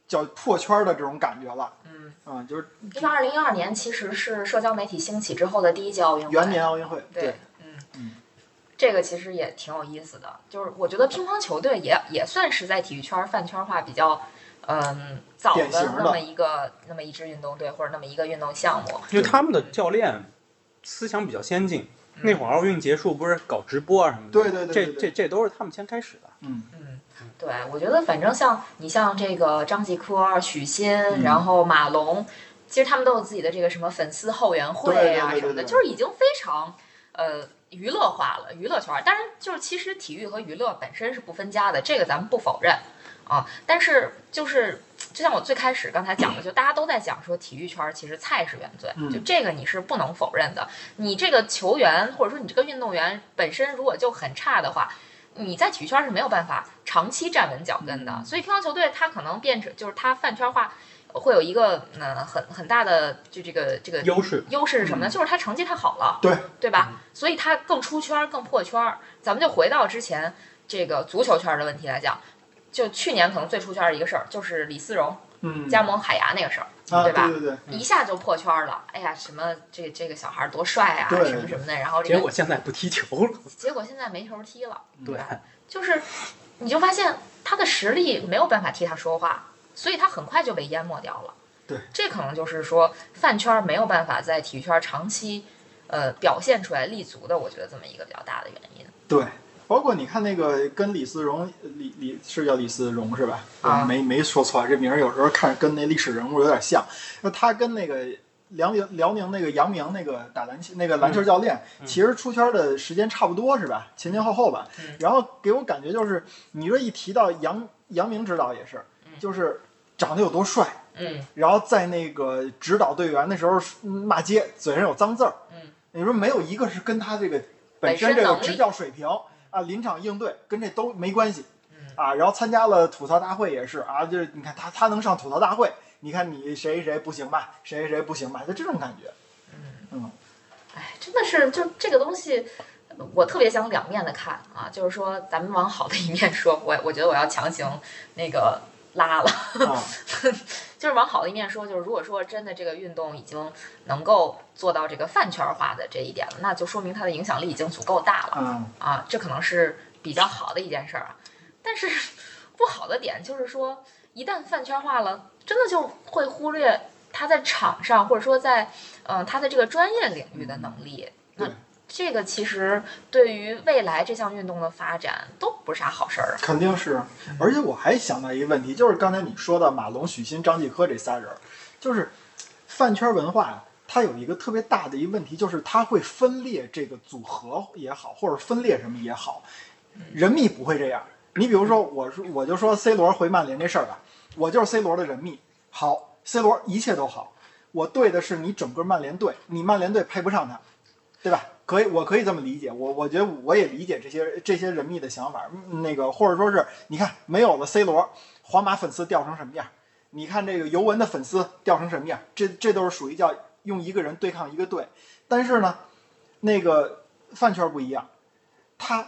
S2: 叫破圈的这种感觉了。
S1: 嗯，
S2: 嗯，就是
S1: 因为二零一二年其实是社交媒体兴起之后的第一届奥运会，
S2: 元年奥运会，
S1: 对
S2: 对，，
S1: 嗯
S2: 嗯，
S1: 这个其实也挺有意思的，就是我觉得乒乓球队也也算是在体育圈儿饭圈化比较。嗯，早的
S2: 典型
S1: 那
S2: 的
S1: 么一个那么一支运动队或者那么一个运动项目，
S3: 就他们的教练思想比较先进。
S1: 嗯
S3: 那会儿奥运结束不是搞直播啊什么的？
S2: 对对对对
S3: 这这这都是他们先开始的。
S2: 嗯，
S1: 嗯，对，我觉得反正像你像这个张继科、许昕，
S2: 嗯
S1: 然后马龙，其实他们都有自己的这个什么粉丝后援会
S2: 对对
S1: 啊
S2: 对对
S1: 什么的，
S2: 对
S1: 就是已经非常呃娱乐化了，娱乐圈儿。当然，就是其实体育和娱乐本身是不分家的，这个咱们不否认啊。但是就是就像我最开始刚才讲的，就大家都在讲说体育圈儿其实菜是原罪，
S2: 嗯
S1: 就这个你是不能否认的。你这个球员或者说你这个运动员本身如果就很差的话，你在体育圈儿是没有办法长期站稳脚跟的。所以乒乓球队它可能变成就是它饭圈化。会有一个嗯、呃很很大的就这个这个
S4: 优势。
S1: 优势是什么呢？就是他成绩太好了，
S2: 嗯对嗯
S1: 对吧？所以他更出圈儿，更破圈儿。咱们就回到之前这个足球圈儿的问题来讲，就去年可能最出圈儿的一个事儿，就是李思荣
S2: 嗯，
S1: 加盟海牙那个事儿，
S2: 啊，
S1: 对吧
S2: 对对，
S1: 一下就破圈儿了。哎呀，什么这这个小孩儿多帅啊，
S2: 对
S1: 什么什么的。然后这
S4: 结
S1: 个
S4: 果现在不踢球了，
S1: 结果现在没球儿踢了，
S2: 嗯
S4: 对，
S1: 就是你就发现他的实力没有办法替他说话，所以他很快就被淹没掉了。
S2: 对，
S1: 这可能就是说饭圈儿没有办法在体育圈儿长期呃表现出来立足的，我觉得这么一个比较大的原因。
S2: 对，包括你看那个跟李思荣，李李是叫李思荣是吧？
S1: 啊
S2: 没没说错，这名儿有时候看着跟那历史人物有点像。那他跟那个辽宁辽宁那个杨明那个打篮球那个篮
S1: 嗯
S2: 球教练，其实出圈的时间差不多是吧？前前后后吧。
S1: 嗯
S2: 然后给我感觉就是，你这一提到杨杨明指导也是
S1: 嗯，
S2: 就是长得有多帅，
S1: 嗯
S2: 然后在那个指导队员的时候嗯骂街，嘴上有脏字儿。
S1: 嗯，
S2: 你说没有一个是跟他这个本身这个执教水平啊，临场应对跟这都没关系
S1: 嗯
S2: 啊。然后参加了吐槽大会也是啊，就是你看他他能上吐槽大会，你看你谁谁谁不行吧，谁谁谁不行吧，就这种感 觉。
S1: 嗯，
S2: 嗯，
S1: 哎，真的是就这个东西。呃我特别想两面的看啊，就是说咱们往好的一面说，我我觉得我要强行那个拉了，
S2: 啊，
S1: 就是往好的一面说，就是如果说真的这个运动已经能够做到这个饭圈化的这一点了，那就说明它的影响力已经足够大了
S2: 嗯，
S1: 啊，这可能是比较好的一件事儿啊。但是 不好的点就是说，一旦饭圈化了，真的就会忽略他在场上或者说在嗯、呃他的这个专业领域的能力。那
S2: 对
S1: 这个其实对于未来这项运动的发展都不是啥好事儿啊。
S2: 肯定是。而且我还想到一个问题，就是刚才你说的马龙、许昕、张继科这仨人儿，就是饭圈文化，它有一个特别大的一个问题，就是它会分裂这个组合也好，或者分裂什么也好，人密不会这样。你比如说，我说我就说 C 罗回曼联这事儿吧，我就是 C 罗的人密，好，C 罗一切都好，我对的是你整个曼联队，你曼联队配不上他，对吧？可以，我可以这么理解，我我觉得我也理解这些这些人迷的想法，嗯那个或者说是你看没有了 C 罗，皇马粉丝掉成什么样？你看这个尤文的粉丝掉成什么样？这这都是属于叫用一个人对抗一个队，但是呢，那个饭圈不一样，他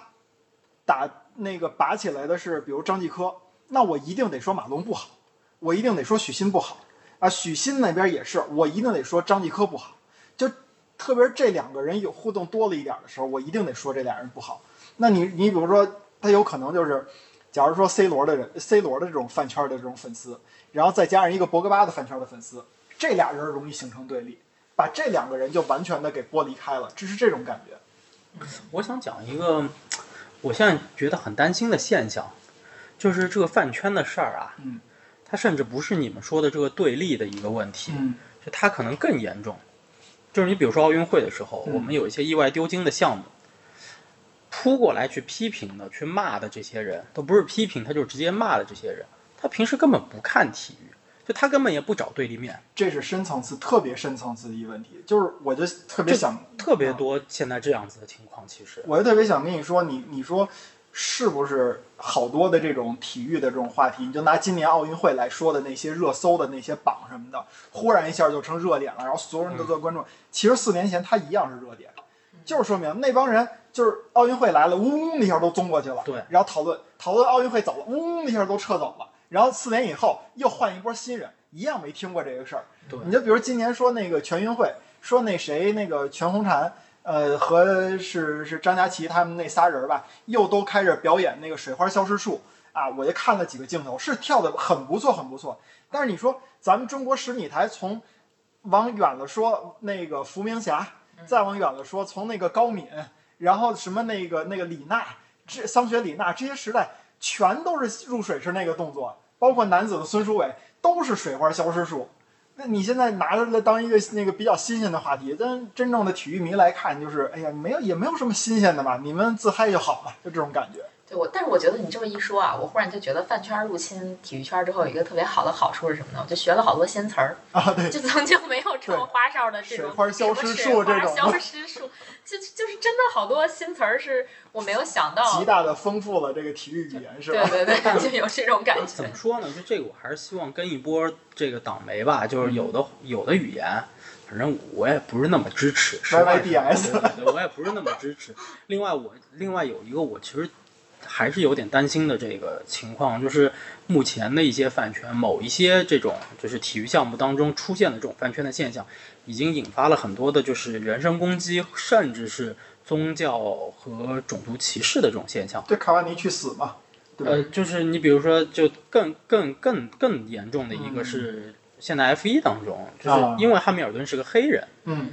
S2: 打那个拔起来的是比如张继科，那我一定得说马龙不好，我一定得说许昕不好啊，许昕那边也是，我一定得说张继科不好，就特别是这两个人有互动多了一点的时候，我一定得说这俩人不好。那你你比如说，他有可能就是，假如说 C 罗的人，C 罗的这种饭圈的这种粉丝，然后再加上一个博格巴的饭圈的粉丝，这俩人容易形成对立，把这两个人就完全的给剥离开了，这是这种感觉。
S3: 我想讲一个，我现在觉得很担心的现象，就是这个饭圈的事儿啊，
S2: 嗯
S3: 它甚至不是你们说的这个对立的一个问题，
S2: 嗯
S3: 就它可能更严重。就是你比如说奥运会的时候，
S2: 嗯
S3: 我们有一些意外丢金的项目，扑过来去批评的、去骂的这些人，都不是批评，他就是直接骂的这些人，他平时根本不看体育，就他根本也不找对立面。
S2: 这是深层次，特别深层次的一个问题，就是我就特别
S3: 这
S2: 想
S3: 特
S2: 嗯
S3: 别多现在这样子的情况，其实
S2: 我就特别想跟你说，你你说是不是好多的这种体育的这种话题，你就拿今年奥运会来说的那些热搜的那些榜什么的，忽然一下就成热点了，然后所有
S3: 嗯
S2: 人都在关注。其实四年前它一样是热点，就是说明那帮人就是奥运会来了，嗡的一下都综过去了，
S3: 对
S2: 然后讨论讨论奥运会走了，嗡的一下都撤走了，然后四年以后又换一波新人，一样没听过这个事儿。
S3: 对
S2: 你就比如今年说那个全运会，说那谁那个全红婵，呃，和是是张佳琪他们那仨人吧，又都开始表演那个水花消失术啊，我就看了几个镜头，是跳的很不错，很不错。但是你说咱们中国十米台从往远了说那个伏明霞，再往远了说从那个高敏，然后什么那个那个李娜，这桑雪李娜这些时代全都是入水式那个动作，包括男子的孙淑伟都是水花消失术。那你现在拿出来当一个那个比较新鲜的话题，但真正的体育迷来看，就是哎呀，没有也没有什么新鲜的嘛，你们自嗨就好了，就这种感觉。
S1: 对我，但是我觉得你这么一说啊，我忽然就觉得饭圈入侵体育圈之后，有一个特别好的好处是什么呢？我就学了好多新词儿
S2: 啊对
S1: 就曾经没有这么
S2: 对
S1: 花哨的这
S2: 水
S1: 种
S2: 花消
S1: 什么
S2: 失
S1: 水
S2: 术
S1: 花
S2: 这种
S1: 消失术，就就是真的好多新词儿是我没有想到，
S3: 哦
S2: 极大的丰富了这个体育语言，是
S1: 对
S2: 吧？
S1: 对对， 就有这种感
S3: 怎
S1: 觉
S3: 么。说呢？就这个，我还是希望跟一波这个党媒吧，就是有的有的语言，反正我也不是那么支持。实话实说
S2: YYDS
S3: 对对对我也不是那么支持。另外我，另外有一个我其实还是有点担心的这个情况，就是目前的一些饭圈，某一些这种就是体育项目当中出现的这种饭圈的现象，已经引发了很多的就是人身攻击，甚至是宗教和种族歧视的这种现象。
S2: 对卡瓦尼去死嘛，对吧？
S3: 呃，就是你比如说，就更更更更严重的一
S2: 嗯
S3: 个是现在 F 一当中，就是因为汉密尔顿是个黑人，
S2: 啊嗯，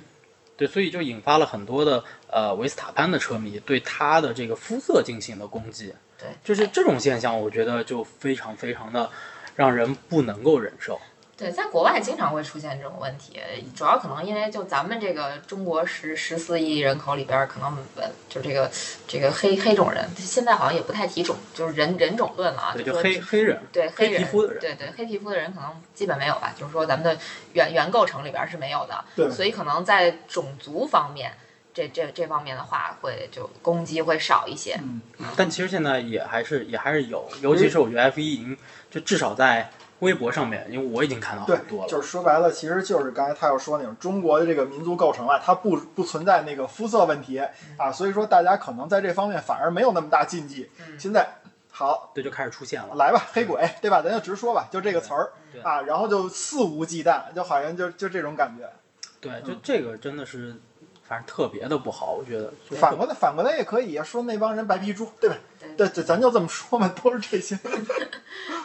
S3: 对，所以就引发了很多的呃维斯塔潘的车迷对他的这个肤色进行的攻击。
S1: 对
S3: 就是这种现象，我觉得就非常非常的让人不能够忍受。
S1: 对，在国外经常会出现这种问题，主要可能因为就咱们这个中国十十四亿人口里边儿，可能呃就这个这个黑黑种人，现在好像也不太提种，就是人人种论了啊，
S3: 对，
S1: 就
S3: 就
S1: 说
S3: 黑黑人，
S1: 对
S3: 黑
S1: 人
S3: 皮肤的人
S1: 对对黑皮肤的人可能基本没有吧，就是说咱们的原原构成里边儿是没有的，
S2: 对
S1: 所以可能在种族方面，这这这方面的话会就攻击会少一些，
S2: 嗯，
S3: 但其实现在也还是也还是有，尤其是我觉得 F 一已经就至少在微博上面，因为我已经看到
S2: 对
S3: 很啊多，了。
S2: 就是说白了，其实就是刚才他要说那种中国的这个民族构成啊，它不不存在那个肤色问题
S3: 嗯
S2: 啊，所以说大家可能在这方面反而没有那么大禁忌。
S1: 嗯
S2: 现在好
S3: 对，就开始出现了。
S2: 来吧，黑鬼对吧？咱就直说吧，就这个词儿
S3: 嗯对对
S2: 啊，然后就肆无忌惮，就好像就就这种感觉。
S3: 对，就
S2: 嗯
S3: 这个真的是，反正特别的不好，我觉得。就
S2: 反过来反过来也可以啊，说那帮人白皮猪对吧？对对，咱就这么说嘛，都是这 些。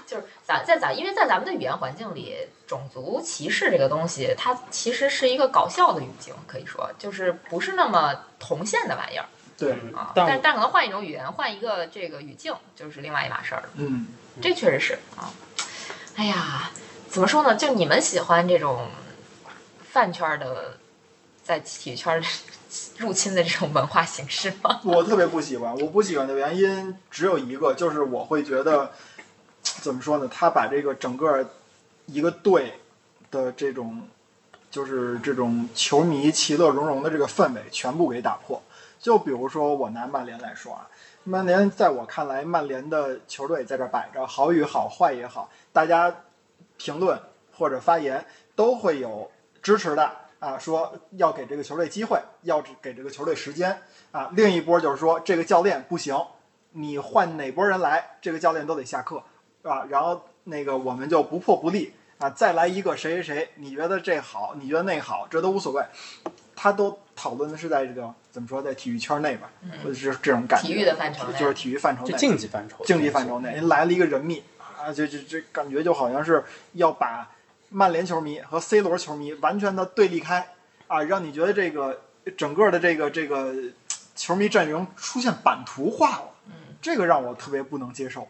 S1: 就是咱在咱因为在咱们的语言环境里，种族歧视这个东西，它其实是一个搞笑的语境，可以说就是不是那么同线的玩意儿
S2: 对，
S1: 啊。
S3: 但
S1: 但但可能换一种语言，换一个这个语境，就是另外一码事儿了。
S2: 嗯，
S1: 这确实是啊。哎呀，怎么说呢？就你们喜欢这种饭圈儿的，在体育圈儿 入侵的这种文化形式吗？
S2: 嗯我特别不喜欢，我不喜欢的原因只有一个，就是我会觉得，怎么说呢？他把这个整个一个队的这种，就是这种球迷其乐融融的这个氛围全部给打破。就比如说我拿曼联来说啊，曼联在我看来，曼联的球队在这摆着，好与好，坏也好，大家评论或者发言都会有支持的啊，说要给这个球队机会，要给这个球队时间啊。另一波就是说这个教练不行，你换哪波人来，这个教练都得下课啊。然后那个我们就不破不立啊，再来一个谁谁谁，你觉得这好，你觉得那好，这都无所谓。他都讨论的是在这个怎么说，在体育圈内吧，或者是这种感
S1: 嗯
S2: 觉，
S1: 体育的范畴内
S2: 就是体育范畴内
S3: 就，竞技范畴，
S2: 竞技范畴内来了一个人密啊，这这这感觉就好像是要把曼联球迷和 C 罗球迷完全的对立开啊，让你觉得这个整个的这个这个呃球迷阵容出现版图化了，
S1: 嗯
S2: 这个让我特别不能接受。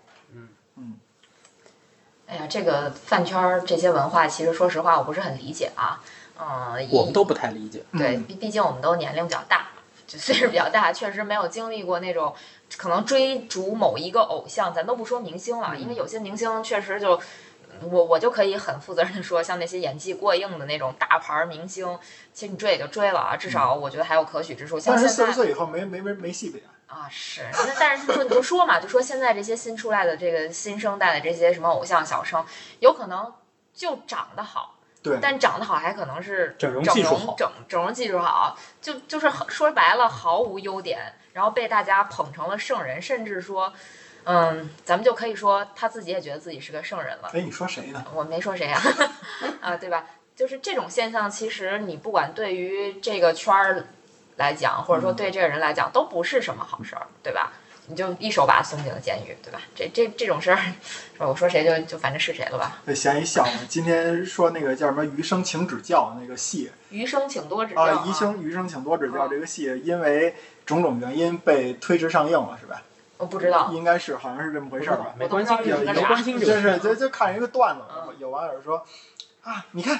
S1: 哎呀，这个饭圈儿这些文化，其实说实话，我不是很理解啊。嗯，
S3: 我们
S1: 以
S3: 都不太理解。
S1: 对，
S2: 嗯
S1: 毕毕竟我们都年龄比较大，就岁数比较大，确实没有经历过那种可能追逐某一个偶像，咱都不说明星了，
S2: 嗯
S1: 因为有些明星确实就。我我就可以很负责任的说，像那些演技过硬的那种大牌明星，其实你追也就追了啊，至少我觉得还有可取之处。像
S2: 嗯但是
S1: 现
S2: 四十
S1: 在
S2: 岁以后没没没没戏演，
S1: 啊，是，那但是就说你就说嘛，就说现在这些新出来的这个新生代的这些什么偶像小生，有可能就长得好，
S2: 对
S1: 但长得好还可能是
S3: 整容
S1: 整
S3: 技术
S1: 容
S3: 好
S1: 整整容技术好，就就是很说白了毫无优点，然后被大家捧成了圣人，甚至说，嗯，咱们就可以说他自己也觉得自己是个圣人了。
S2: 哎，你说谁呢？
S1: 我没说谁呀、啊， 对吧？就是这种现象，其实你不管对于这个圈儿来讲，或者
S3: 嗯
S1: 说对这个人来讲，都不是什么好事儿，对吧？你就一手把他送进了监狱，对吧？这这这种事儿，我说谁就就反正是谁了吧。
S2: 对，嫌一笑话。今天说那个叫什么“余生请指教”那个戏
S1: 余生请多指
S3: 哦
S1: 教嗯
S2: 啊，“余生余生请多指教”这个戏，因为种种原因被推迟上映了，是吧？
S1: 我不知道，
S2: 应该是好像是这么回事儿吧？
S3: 没关系
S1: 我都不知道是
S2: 有有
S1: 个
S3: 没
S1: 啥
S3: 关系，
S2: 就是就就看一个段子
S1: 嗯，
S2: 有网友说啊，你看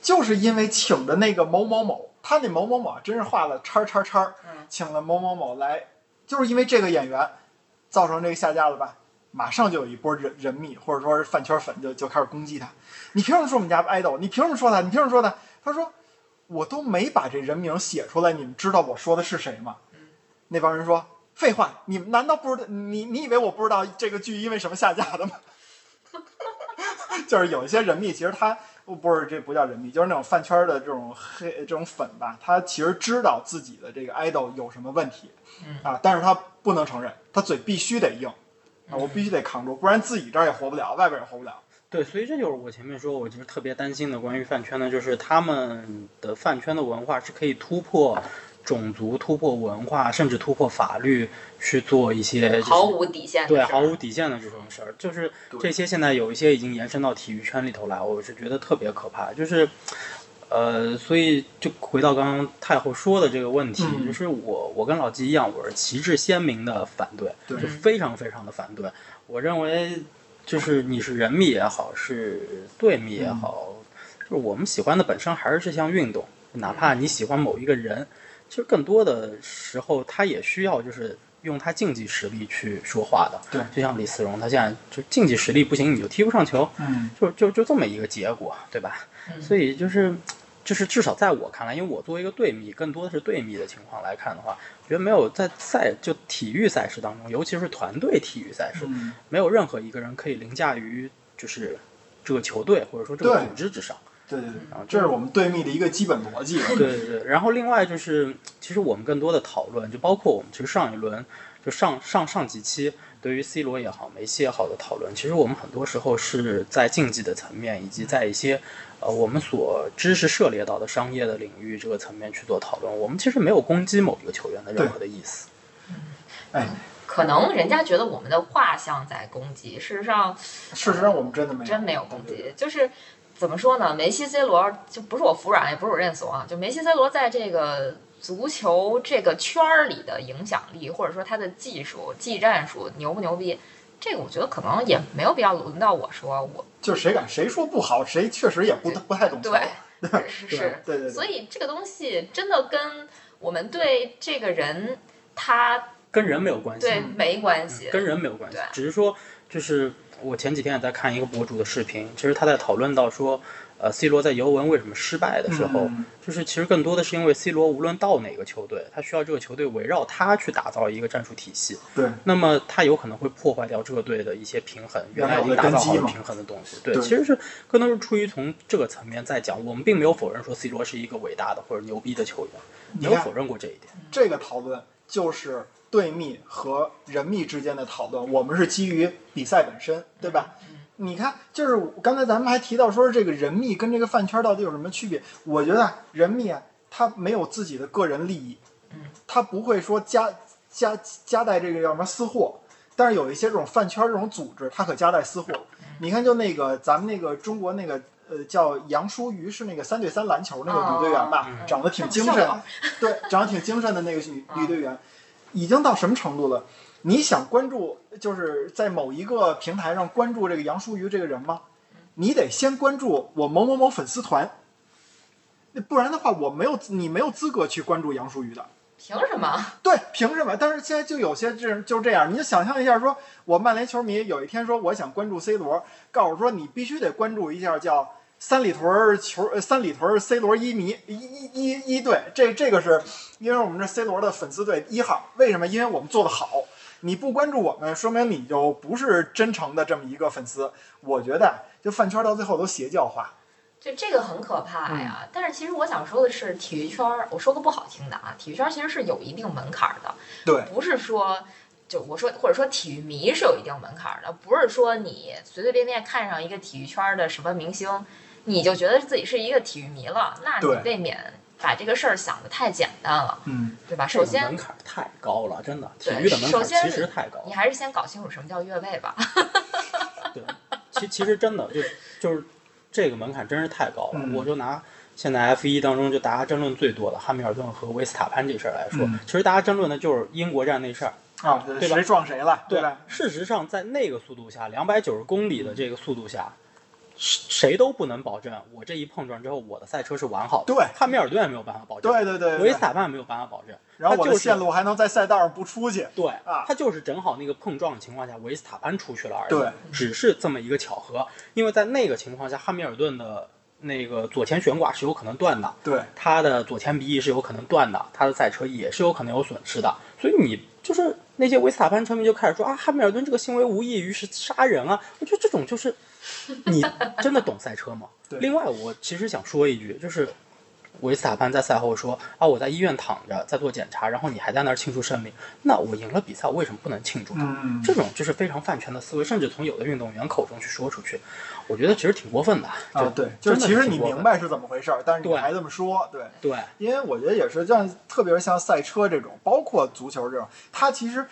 S2: 就是因为请的那个某某某，他那某某某啊真是画了叉叉叉
S1: 嗯，
S2: 请了某某某来，就是因为这个演员造成这个下架了吧？马上就有一波人人迷或者说是饭圈粉就就开始攻击他，你凭什么说我们家 idol？你凭什么说他？你凭什么说他？他说我都没把这人名写出来，你们知道我说的是谁吗？那帮人说废话，你们难道不知道？你你以为我不知道这个剧因为什么下架的吗？ 就是有一些人迷，其实他不是这不叫人迷，就是那种饭圈的这种黑这种粉吧，他其实知道自己的这个 idol 有什么问题，
S1: 嗯
S2: 啊，但是他不能承认，他嘴必须得硬啊，
S1: 嗯
S2: 我必须得扛住，不然自己这儿也活不了，外边也活不了。
S3: 对，所以这就是我前面说，我就是特别担心的关于饭圈呢，就是他们的饭圈的文化是可以突破种族、突破文化，甚至突破法律去做一些、就是、
S1: 毫无底线的
S3: 对
S1: 事儿，
S3: 毫无底线的这种事儿，就是这些现在有一些已经延伸到体育圈里头来，我是觉得特别可怕。就是，呃，所以就回到刚刚太后说的这个问题，
S2: 嗯
S3: 就是我我跟老纪一样，我是旗帜鲜明的反对，
S2: 对
S3: 就非常非常的反对。我认为，就是你是人迷也好，是队迷也好，就是我们喜欢的本身还是这项运动，哪怕你喜欢某一个人，其实更多的时候他也需要就是用他竞技实力去说话的。
S2: 对
S3: 就像李思荣，他现在就竞技实力不行，你就踢不上球，
S2: 嗯，
S3: 就就就这么一个结果，对吧？
S1: 嗯
S3: 所以就是。就是至少在我看来，因为我作为一个队迷，更多的是队迷的情况来看的话，我觉得没有在赛就体育赛事当中，尤其是团队体育赛事，
S2: 嗯
S3: 没有任何一个人可以凌驾于就是这个球队或者说这个
S2: 对
S3: 组织之上。
S2: 对对对，
S3: 然后
S2: 这是我们对密的一个基本逻辑。
S3: 对对对，然后另外就是，其实我们更多的讨论，就包括我们其实上一轮，就上上上几期对于 C 罗也好、梅西也好的讨论，其实我们很多时候是在竞技的层面，以及在一些呃我们所知识涉猎到的商业的领域这个层面去做讨论。我们其实没有攻击某一个球员的任何的意思。
S2: 哎，
S1: 可能人家觉得我们的画像在攻击，事实上
S2: 嗯事实上我们真的没有，
S1: 真没有攻
S2: 对对
S1: 击，就是怎么说呢？梅西、C 罗就不是我服软，也不是我认怂啊，就梅西、C 罗在这个足球这个圈儿里的影响力，或者说他的技术、技战术牛不牛逼，这个我觉得可能也没有必要轮到我说我
S2: 就是谁敢谁说不好，谁确实也不不太懂球。
S1: 对， 是是是，
S2: 嗯对对
S1: 所
S2: 对，
S1: 以这个东西真的跟我们对这个人他
S3: 跟人没有关系，
S1: 对
S2: 嗯
S1: 没关系，
S3: 跟人没有关系
S1: 对，
S3: 只是说就是我前几天也在看一个博主的视频，其实他在讨论到说，呃，C 罗在尤文为什么失败的时候，
S2: 嗯
S3: 就是其实更多的是因为 C 罗无论到哪个球队，他需要这个球队围绕他去打造一个战术体系，
S2: 对，
S3: 那么他有可能会破坏掉这个队的一些平衡，原来已经打造好的平衡的东西。对，
S2: 对
S3: 其实是更多是出于从这个层面在讲，我们并没有否认说 C 罗是一个伟大的或者牛逼的球员，
S2: 你
S3: 没有
S2: 看
S3: 否认过这一点。
S2: 这个讨论就是对密和人密之间的讨论，我们是基于比赛本身，对吧？你看，就是我刚才咱们还提到说这个人密跟这个饭圈到底有什么区别？我觉得啊人密啊，他没有自己的个人利益
S1: 嗯，
S2: 他不会说夹夹夹带这个叫什么私货，但是有一些这种饭圈这种组织，他可夹带私货。你看，就那个咱们那个中国那个呃叫杨淑瑜，是那个三对三篮球那个女队啊员吧，
S3: 哦
S2: 长得挺精神的，对，长得挺精神的那个女
S1: 啊
S2: 女队员，已经到什么程度了？你想关注，就是在某一个平台上关注这个杨淑瑜这个人吗？你得先关注我某某某粉丝团，不然的话，我没有你没有资格去关注杨淑瑜的。
S1: 凭什么？
S2: 对，凭什么？但是现在就有些这就这样，你就想象一下说，我曼联球迷有一天说我想关注 C 罗，告诉我说你必须得关注一下叫三里屯儿球呃三里屯儿 C 罗一迷一一一一队，这这个是因为我们这 C 罗的粉丝队一号，为什么？因为我们做的好。你不关注我们，说明你就不是真诚的这么一个粉丝。我觉得啊，就饭圈到最后都邪教化。
S1: 就这个很可怕呀。
S3: 嗯
S1: 但是其实我想说的是，体育圈儿，我说个不好听的啊，体育圈儿其实是有一定门槛儿的，
S2: 对，
S1: 不是说。就我说，或者说体育迷是有一定门槛儿的，不是说你随随便便看上一个体育圈儿的什么明星，你就觉得自己是一个体育迷了，那你
S2: 对
S1: 未免把这个事儿想的太简单了，
S2: 嗯，
S1: 对吧？
S3: 这
S1: 首
S3: 个
S1: 先
S3: 门，槛太高了，真的，体
S1: 对
S3: 育的门
S1: 首
S3: 槛
S1: 先
S3: 其实太高了
S1: 你。还是先搞清楚什么叫越位吧。
S3: 对，其其实真的就就是这个门槛真是太高了。
S2: 嗯
S3: 我就拿现在 F 一当中就大家争论最多的汉密尔顿和维斯塔潘这事儿来说，
S2: 嗯
S3: 其实大家争论的就是英国站那事儿。
S2: 啊，
S3: 对吧
S2: 谁撞谁了？对吧？
S3: 事实上在那个速度下，两百九十公里的这个速度下，谁都不能保证我这一碰撞之后我的赛车是完好的。
S2: 对
S3: 汉密尔顿也没有办法保证，
S2: 对对对，
S3: 维
S2: 对
S3: 斯塔潘没有办法保证。
S2: 然后我
S3: 他就
S2: 的
S3: 是
S2: 线路还能在赛道上不出去，
S3: 对，
S2: 啊
S3: 他就是正好那个碰撞的情况下，维斯塔潘出去了而已，
S2: 对，
S3: 只是这么一个巧合。因为在那个情况下，汉密尔顿的那个左前悬挂是有可能断的，
S2: 对，
S3: 他的左前鼻翼是有可能断的，他的赛车也是有可能有损失的。所以你就是那些维斯塔潘车迷就开始说啊，汉密尔顿这个行为无异于是杀人啊！ 我觉得这种就是你真的懂赛车吗？
S2: 对
S3: 另外，我其实想说一句，就是维斯塔潘在赛后说啊，我在医院躺着，在做检查，然后你还在那儿庆祝胜利，那我赢了比赛，我为什么不能庆祝呢？
S2: 嗯，
S3: 这种就是非常饭圈的思维，甚至从有的运动员口中去说出去，我觉得其实挺过分的。
S2: 啊，对，就是
S3: 真的
S2: 其实
S3: 挺
S2: 你
S3: 过分
S2: 明白是怎么回事儿，但是你
S3: 对
S2: 还这么说，对，
S3: 对，
S2: 因为我觉得也是，像特别是像赛车这种，包括足球这种，它其实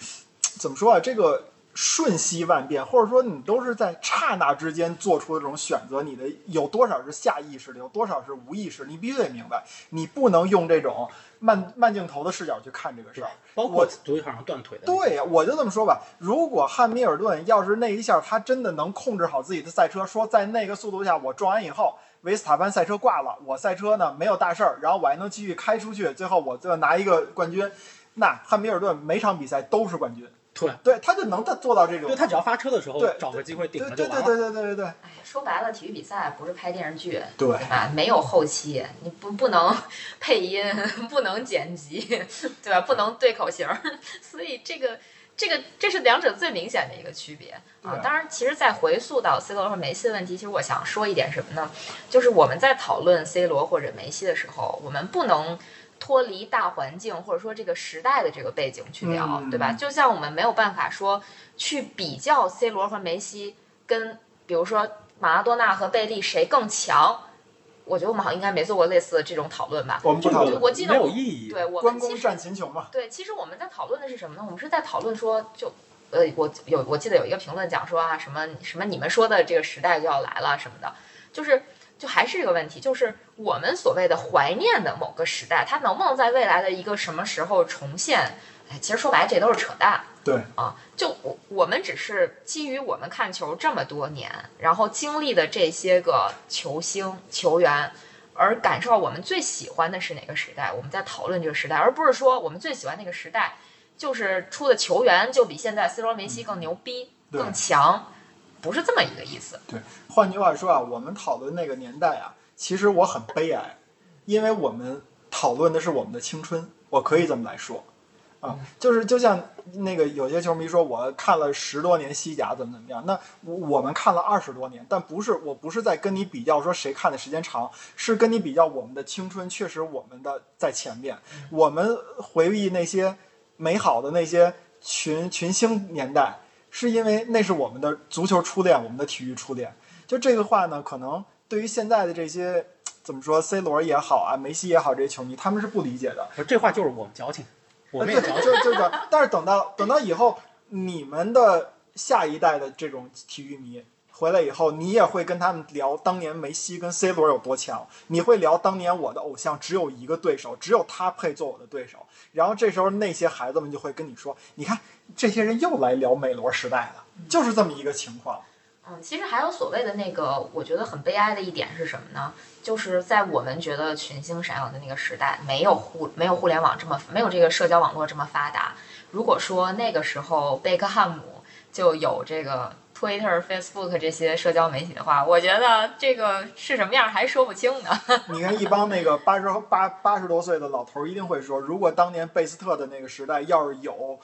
S2: 怎么说啊，这个瞬息万变，或者说你都是在刹那之间做出的这种选择，你的有多少是下意识的，有多少是无意识，你必须得明白，你不能用这种慢慢镜头的视角去看这个事儿。
S3: 包
S2: 我
S3: 括足球场上断腿的那个，
S2: 对呀，我就这么说吧。如果汉密尔顿要是那一下他真的能控制好自己的赛车，说在那个速度下我撞完以后，维斯塔潘赛车挂了，我赛车呢没有大事儿，然后我还能继续开出去，最后我就拿一个冠军，那汉密尔顿每场比赛都是冠军。
S3: 对，
S2: 对，他就能他做到这种。
S3: 对他只要发车的时候
S2: 对
S3: 找个机会顶
S2: 对
S3: 了就
S2: 对
S3: 完了。
S2: 对对对对对对
S1: 哎，说白了，体育比赛不是拍电视剧，
S2: 对
S1: 对吧？没有后期，你不不能 配音，不能剪辑，对吧？不能对口型儿， 所以这个这个这是两者最明显的一个区别啊
S2: 对。
S1: 当然，其实再回溯到 C 罗和梅西的问题，其实我想说一点什么呢？就是我们在讨论 C 罗或者梅西的时候，我们不能。脱离大环境或者说这个时代的这个背景去聊，
S2: 嗯
S1: 对吧？就像我们没有办法说去比较 C 罗和梅西跟比如说马拉多纳和贝利谁更强，我觉得我们好像应该没做过类似的这种讨论吧。
S2: 我们不
S3: 这
S2: 讨
S3: 个
S2: 论
S1: 我记得
S3: 没
S1: 我
S3: 有意义。
S1: 对我
S2: 关
S1: 们
S2: 公
S1: 其
S2: 战
S1: 实
S2: 秦琼嘛。
S1: 对，其实我们在讨论的是什么呢？我们是在讨论说，就呃，我有我记得有一个评论讲说啊，什么什么你们说的这个时代就要来了什么的，就是就还是这个问题，就是我们所谓的怀念的某个时代，它能不能在未来的一个什么时候重现？哎，其实说白了，这都是扯淡。
S2: 对
S1: 啊，就我我们只是基于我们看球这么多年，然后经历的这些个球星球员，而感受到我们最喜欢的是哪个时代，我们在讨论这个时代，而不是说我们最喜欢那个时代就是出的球员就比现在 C 罗、梅西更牛逼、
S2: 对
S1: 更强，不是这么一个意思。
S2: 换句话说啊，我们讨论那个年代啊，其实我很悲哀，因为我们讨论的是我们的青春，我可以这么来说，啊，就是就像那个有些球迷说，我看了十多年西甲怎么怎么样，那我我们看了二十多年，但不是我不是在跟你比较说谁看的时间长，是跟你比较我们的青春，确实我们的在前面，我们回忆那些美好的那些群群星年代。是因为那是我们的足球初恋，我们的体育初恋。就这个话呢，可能对于现在的这些怎么说，C 罗也好啊，梅西也好，这些球迷他们是不理解的。
S3: 我这话就是我们矫情，我们
S2: 对，
S3: 也矫情。
S2: 就就这，但是等到等到以后，你们的下一代的这种体育迷回来以后，你也会跟他们聊当年梅西跟 C 罗有多强，你会聊当年我的偶像只有一个对手，只有他配做我的对手。然后这时候那些孩子们就会跟你说，你看这些人又来聊美罗时代了，就是这么一个情况。
S1: 嗯，其实还有所谓的那个，我觉得很悲哀的一点是什么呢？就是在我们觉得群星闪耀的那个时代，没有互没有互联网这么没有这个社交网络这么发达。如果说那个时候贝克汉姆就有这个 Twitter、Facebook 这些社交媒体的话，我觉得这个是什么样还说不清呢。
S2: 你看一帮那个八十八八十多岁的老头儿一定会说，如果当年贝斯特的那个时代要是有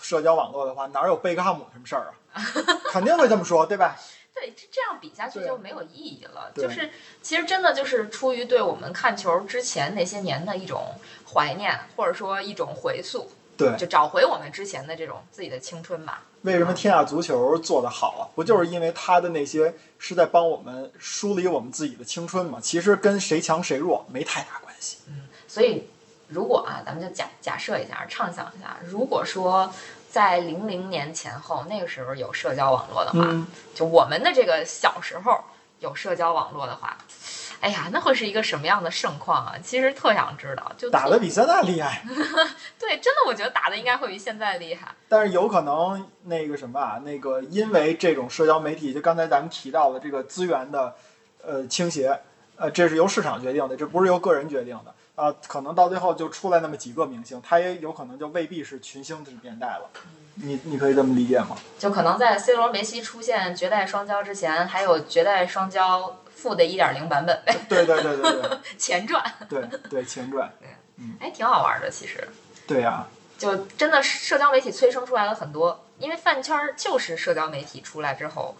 S2: 社交网络的话，哪有贝克汉姆什么事儿啊？肯定会这么说，对吧？
S1: 对，这这样比下去
S2: 对啊
S1: 就没有意义了。
S2: 对
S1: 就是其实真的就是出于对我们看球之前那些年的一种怀念，或者说一种回溯，
S2: 对，
S1: 就找回我们之前的这种自己的青春吧。
S2: 为什么天下足球做得好啊？不就是因为他的那些是在帮我们梳理我们自己的青春吗？其实跟谁强谁弱没太大关系。
S1: 所以，如果啊，咱们就假假设一下，畅想一下，如果说在零零年前后那个时候有
S2: 嗯
S1: 社交网络的话，，就我们的这个小时候有社交网络的话，哎呀，那会是一个什么样的盛况啊？其实特想知道，就
S2: 打
S1: 特
S2: 得比塞纳厉害，
S1: 对，真的我觉得打的应该会比现在厉害。
S2: 但是有可能那个什么啊，那个因为这种社交媒体，就刚才咱们提到的这个资源的呃倾斜，呃，这是由市场决定的，这不是由个人决定的啊、可能到最后就出来那么几个明星，他也有可能就未必是群星的年代了。你你可以这么理解吗？
S1: 就可能在 C 罗、梅西出现绝代双骄之前，还有绝代双骄负的一点零版本
S2: 对对对对对
S1: 前传，
S2: 对对，前传，
S1: 哎，挺好玩的。其实，
S2: 对呀、
S1: 就真的是社交媒体催生出来了很多，因为饭圈儿就是社交媒体出来之后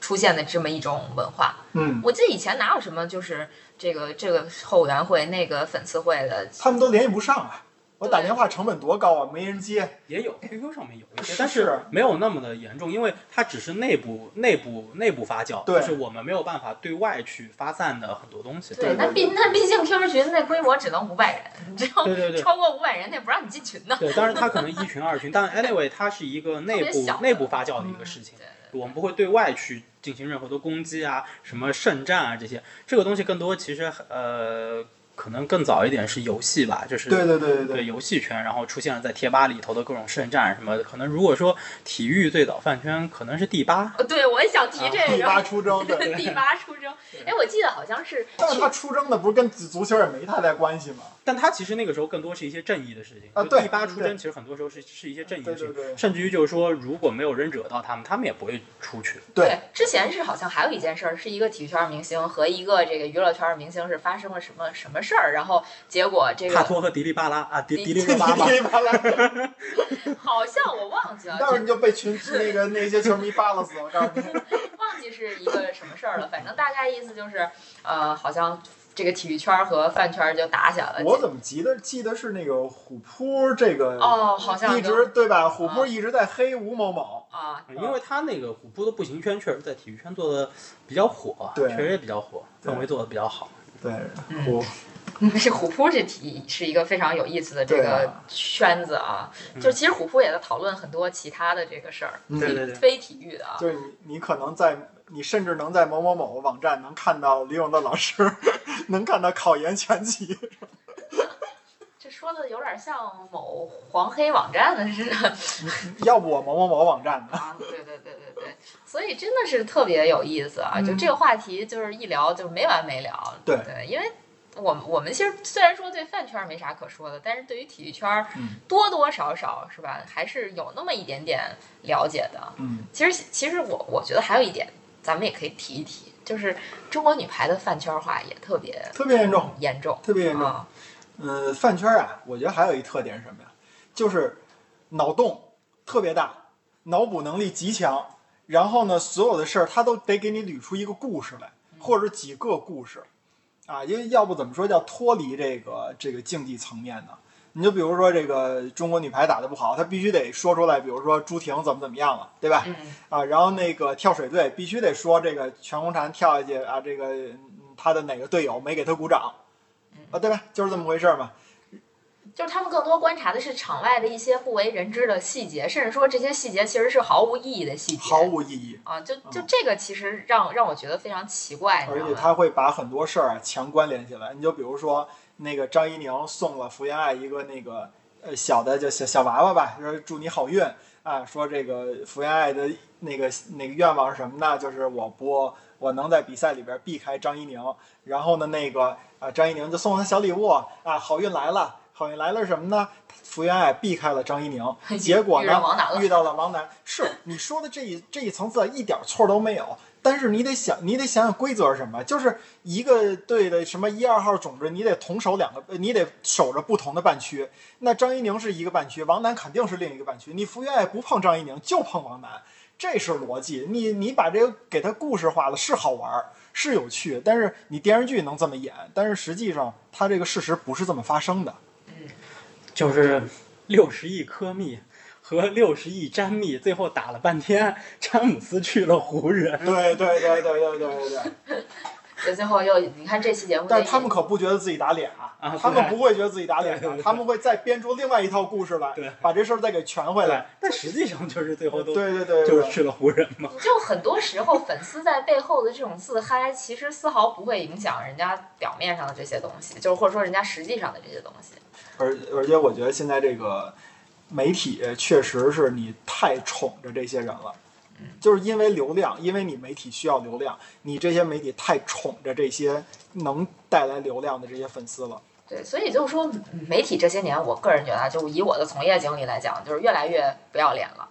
S1: 出现的这么一种文化。
S2: 嗯，
S1: 我记得以前哪有什么就是这个这个后援会、那个粉丝会的，
S2: 他们都联系不上啊，我打
S1: 对
S2: 电话成本多高啊，没人接。
S4: 也有
S3: QQ 上面有一些，
S2: 是
S3: 但
S2: 是
S3: 是没有那么的严重，因为它只是内部内部内部发酵，
S2: 对
S3: 就是我们没有办法对外去发散的很多东西。
S2: 对对
S1: 那毕那毕竟 QQ 群那规模只能五百人，你知道吗
S3: 对对对
S1: 超过五百人那不让你进群呢。
S3: 对，当然它可能一群二群，但 anyway 它是一个内
S1: 特
S3: 部
S1: 别小的嗯
S3: 内部发酵的一个事情，
S1: 对对
S3: 我们不会对外去进行任何的攻击啊，什么圣战啊这些，这个东西更多其实呃可能更早一点是游戏吧，就是
S2: 对对对对
S3: 对游戏圈，然后出现了在贴吧里头的各种圣战什么的。可能如果说体育最早饭圈，可能是第八，
S1: 哦对，我也想提这
S2: 啊第
S1: 个。
S2: 八出征，对，
S1: 第八出征，哎，我记得好像是
S2: 但是他出征的不是跟足球也没太大关系吗？
S3: 但它其实那个时候更多是一些正义的事情。
S2: 啊
S3: 就
S2: 对
S3: 第八出
S2: 对
S3: 征其实很多时候是是一些正义
S2: 对
S3: 的事
S2: 对
S3: 情，
S2: 对
S3: 甚至于就是说，如果没有人惹到他们，他们也不会出去。
S2: 对，
S1: 之前是好像还有一件事儿，是一个体育圈儿明星和一个这个娱乐圈儿明星是发生了什么什么事儿，然后结果这
S3: 帕
S1: 个
S3: 托和迪丽巴拉啊，迪
S1: 迪
S3: 迪丽热巴嘛，
S2: 噼里 啪啦，
S1: 好像我忘记了，
S2: 到时候你就被群那个那些球迷扒拉死，我告诉你。
S1: 忘记是一个什么事儿了，反正大概意思就是，呃，好像这个体育圈儿和饭圈儿就打起来了。
S2: 我怎么记得记得是那个虎扑这个
S1: 哦，好像嗯
S2: 一
S1: 就
S2: 直对吧？虎扑一直在黑吴某某，
S1: 啊，
S3: 因为他那个虎扑的步行圈确实在体育圈做的比较火，
S2: 对
S3: 确实也比较火，
S2: 对
S3: 氛围做的比较好。
S2: 对
S1: 嗯
S2: 虎
S1: 是虎扑这题是一个非常有意思的这
S2: 对
S1: 个
S2: 啊
S1: 圈子啊，
S3: 嗯
S1: 就其实虎扑也在讨论很多其他的这个事儿，
S2: 嗯
S3: 对对对
S1: 非体育的啊。
S2: 就是你你可能在你甚至能在某某某网站能看到李永乐老师， 能看到考研全集，
S1: 这说的有点像某黄黑网站的似的
S2: 要不我某某某网站的。
S1: 啊，对对对对对，所以真的是特别有意思啊！就这个话题，就是一聊就是没完没了。
S2: 嗯对
S1: 对，因为我们我们其实虽然说对饭圈没啥可说的，但是对于体育圈
S2: 嗯
S1: 多多少少是吧，还是有那么一点点了解的。
S2: 嗯，
S1: 其实其实我我觉得还有一点，咱们也可以提一提，就是中国女排的饭圈化也特别
S2: 特别严重，
S1: 严重，
S2: 特别严重。
S1: 啊，
S2: 嗯，饭圈啊，我觉得还有一特点是什么呀？就是脑洞特别大，脑补能力极强，然后呢，所有的事儿他都得给你捋出一个故事来，或者是几个故事，啊，因为要不怎么说叫脱离这个这个竞技层面呢？你就比如说这个中国女排打得不好，她必须得说出来，比如说朱婷怎么怎么样了，对吧？
S1: 嗯，
S2: 啊，然后那个跳水队必须得说这个全红婵跳下去啊，这个嗯她的哪个队友没给她鼓掌，啊，对吧？就是这么回事儿嘛。
S1: 就是他们更多观察的是场外的一些不为人知的细节，甚至说这些细节其实是毫无意义的细节。
S2: 毫无意义，
S1: 啊，就就这个其实让让我觉得非常奇怪，你知
S2: 而
S1: 道
S2: 且
S1: 吗？
S2: 他会把很多事儿啊强关联起来。你就比如说那个张怡宁送了福原爱一个那个呃小的叫小小娃娃吧，说祝你好运啊，说这个福原爱的那个那个愿望是什么呢？就是我播我能在比赛里边避开张怡宁，然后呢那个啊张怡宁就送了她小礼物啊，好运来了。好运来了是什么呢？福原爱避开了张怡宁，结果
S1: 遇
S2: 呢
S1: 上王楠了
S2: 遇到了王楠。是你说的这一这一层次啊一点错都没有，但是你得想，你得想想规则是什么，就是一个队的什么一二号种子，你得同守两个，呃你得守着不同的半区。那张怡宁是一个半区，王楠肯定是另一个半区。你福原爱不碰张怡宁，就碰王楠，这是逻辑。你你把这个给它故事化了，是好玩儿，是有趣，但是你电视剧能这么演，但是实际上它这个事实不是这么发 生的。
S3: 就是六十亿科密和六十亿詹密，最后打了半天，詹姆斯去了湖人。
S2: 对对对对对对对对。
S1: 就最后又你看这期节目，
S2: 但是他们可不觉得自己打脸啊，
S3: 啊
S2: 他们不会觉得自己打脸
S4: 对对
S2: 的，
S4: 对
S2: 他们会再编出另外一套故事 来
S4: 对，
S2: 把这事儿再给全回
S4: 对
S2: 来。，
S4: 但实际上就是最后都
S2: 对对对，
S4: 就是去了湖人嘛。
S1: 就很多时候粉丝在背后的这种自嗨，其实丝毫不会影响人家表面上的这些东西，就是或者说人家实际上的这些东西。
S2: 而而且我觉得现在这个媒体确实是你太宠着这些人了，就是因为流量，因为你媒体需要流量，你这些媒体太宠着这些能带来流量的这些粉丝了。
S1: 对，所以就是说，媒体这些年，我个人觉得啊，就以我的从业经历来讲，就是越来越不要脸了。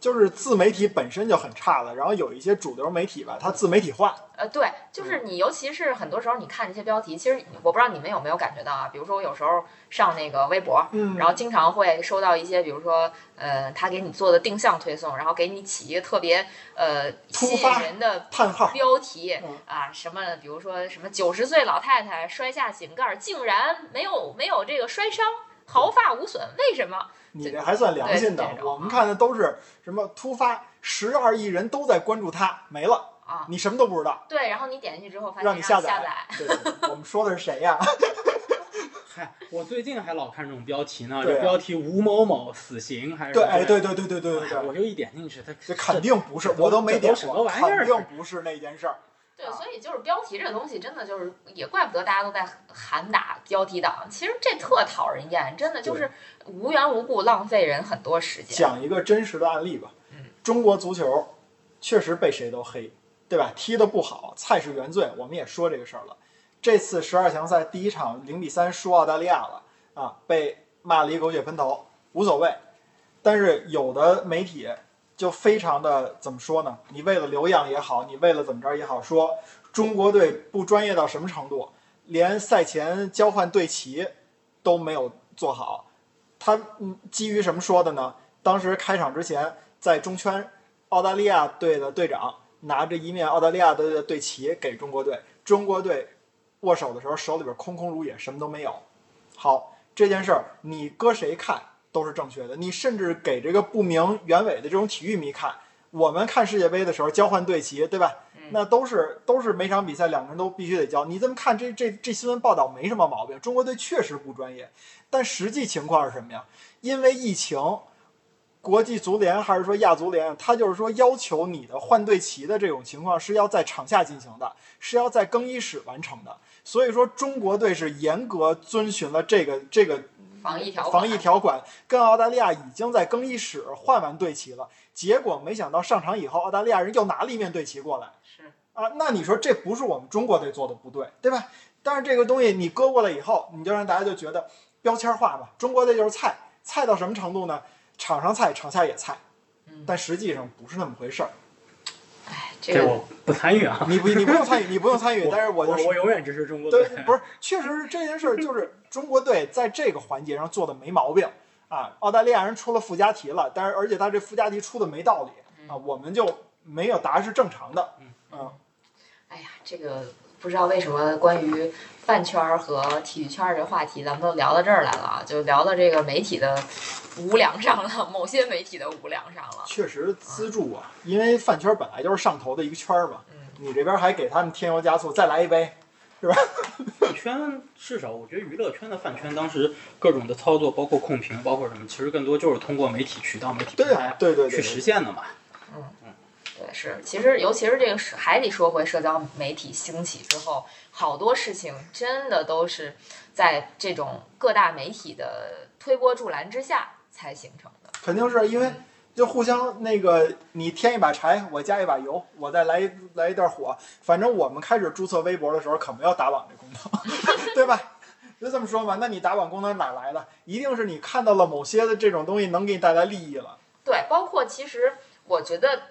S2: 就是自媒体本身就很差了，然后有一些主流媒体吧，它自媒体化，
S1: 呃，对，
S2: 嗯
S1: 就是你，尤其是很多时候你看这些标题，其实我不知道你们有没有感觉到啊，比如说我有时候上那个微博，
S2: 嗯
S1: 然后经常会收到一些，比如说，呃，他给你做的定向推送，然后给你起一个特别呃
S2: 突
S1: 吸
S2: 发
S1: 引人的
S2: 叹号，
S1: 标题
S2: 嗯
S1: 啊，什么比如说什么九十岁老太太摔下井盖，竟然没有没有这个摔伤，毫发无损，为什么？
S2: 你这还算良心的
S1: 对这。种
S2: 我们看的都是什么突发，十二亿人都在关注他，没了，
S1: 啊，
S2: 你什么都不知道。
S1: 对，然后你点进去之后发现
S2: 让你下
S1: 下
S2: 载对，我们说的是谁呀？
S3: 嗨，我最近还老看这种标题呢，
S2: 对啊
S3: 就标题吴某某死刑还是
S2: 对，
S3: 什么
S2: 哎，
S3: 之
S2: 对
S3: 类
S2: 对对对对对
S3: 的
S2: 对
S3: 哎，我就一点进去，它
S2: 这肯定不是，
S3: 这都
S2: 我都没点
S3: 这都什么
S2: 过，
S3: 玩意儿
S2: 肯定不是那件事儿。
S1: 对，所以就是标题这东西，真的就是也怪不得大家都在喊打标题党，其实这特讨人厌，真的就是无缘无故浪费人很多时间。
S2: 讲一个真实的案例吧
S1: 嗯，
S2: 中国足球确实被谁都黑，对吧？踢得不好，菜是原罪，我们也说这个事儿了。这次十二强赛第一场零比三输澳大利亚了啊，被骂了一狗血喷头，无所谓。但是有的媒体就非常的怎么说呢？你为了流量也好，你为了怎么着也好，说中国队不专业到什么程度，连赛前交换队旗都没有做好。他嗯基于什么说的呢？当时开场之前，在中圈，澳大利亚队的队长拿着一面澳大利亚队的队旗给中国队，中国队握手的时候手里边空空如也，什么都没有。好，这件事儿你搁谁看都是正确的，你甚至给这个不明原委的这种体育迷看。我们看世界杯的时候交换队旗，对吧
S1: 嗯？
S2: 那都是都是每场比赛两个人都必须得交。你这么看这这这新闻报道没什么毛病，中国队确实不专业，但实际情况是什么呀？因为疫情，国际足联还是说亚足联，他就是说要求你的换队旗的这种情况是要在场下进行的，是要在更衣室完成的。所以说，中国队是严格遵循了这个这个
S1: 防疫条款
S2: 防疫条款，跟澳大利亚已经在更衣室换完队旗了。结果没想到上场以后，澳大利亚人又拿了一面队旗过来。
S1: 是
S2: 啊，那你说这不是我们中国队做的不对，对吧？但是这个东西你搁过来以后，你就让大家就觉得标签化吧，中国队就是菜，菜到什么程度呢？场上菜，场下也菜
S1: 嗯，
S2: 但实际上不是那么回事儿。
S1: 哎，这
S3: 这
S1: 个
S3: 我不参与啊。
S2: 你不你不用参与，你不用参与，
S3: 我
S2: 但是我
S4: 我
S2: 就是
S4: 我永远支持中国
S2: 对
S4: 队。，
S2: 不是，确实是这件事儿，就是中国队在这个环节上做的没毛病啊。澳大利亚人出了附加题了，但是而且他这附加题出的没道理啊，我们就没有答是正常的。
S1: 哎呀，这个不知道为什么关于饭圈儿和体育圈儿这话题，咱们都聊到这儿来了啊，就聊到这个媒体的无良上了，某些媒体的无良上了。
S2: 确实资助啊，因为饭圈本来就是上头的一个圈儿嘛，
S1: 嗯，
S2: 你这边还给他们添油加醋，再来一杯，
S3: 饭圈至少我觉得娱乐圈的饭圈当时各种的操作，包括控评，包括什么，其实更多就是通过媒体渠道、媒体平
S2: 对啊
S3: 台，
S2: 对对对
S3: 去实现的嘛。
S1: 对，是，其实尤其是这个是，还得说回社交媒体兴起之后，好多事情真的都是在这种各大媒体的推波助澜之下才形成的。
S2: 肯定是因为就互相那个，你添一把柴，我加一把油，我再来一来一袋火，反正我们开始注册微博的时候可没有打榜这功能， 对吧？就这么说吧，那你打榜功能哪来的？一定是你看到了某些的这种东西能给你带来利益了。
S1: 对，包括其实我觉得，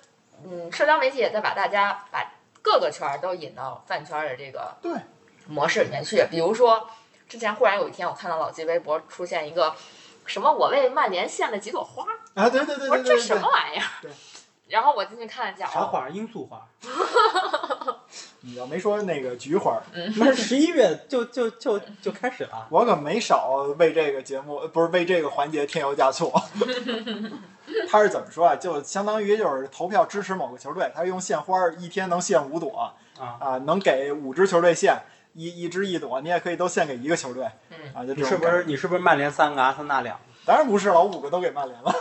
S1: 嗯，社交媒体也在把大家把各个圈儿都引到饭圈儿的这个
S2: 对
S1: 模式里面去。比如说，之前忽然有一天我看到老季微博出现一个什么“我为曼联献了几朵花”，
S2: 啊，对对对
S1: 我说
S2: 对
S1: 这
S2: 对
S1: 什
S2: 对
S1: 么，玩意儿
S2: 对？
S1: 然后我进去看了一下，
S3: 啥
S1: 哦，
S3: 花儿？罂粟 花儿。
S2: 你要没说那个菊花，
S4: 那十一月就就就就开始了。
S2: 我可没少为这个节目，呃不是为这个环节添油加 醋。他是怎么说啊？就相当于就是投票支持某个球队，他用献花儿一天能献五朵，
S3: 啊，
S2: 啊，能给五支球队献一一支一朵，你也可以都献给一个球队
S1: 嗯，
S2: 啊，就这
S3: 你是
S2: 种
S3: 不
S2: 感觉。
S3: 是你是不是曼联三个，阿森纳两个？
S2: 当然不是了，我五个都给曼联了。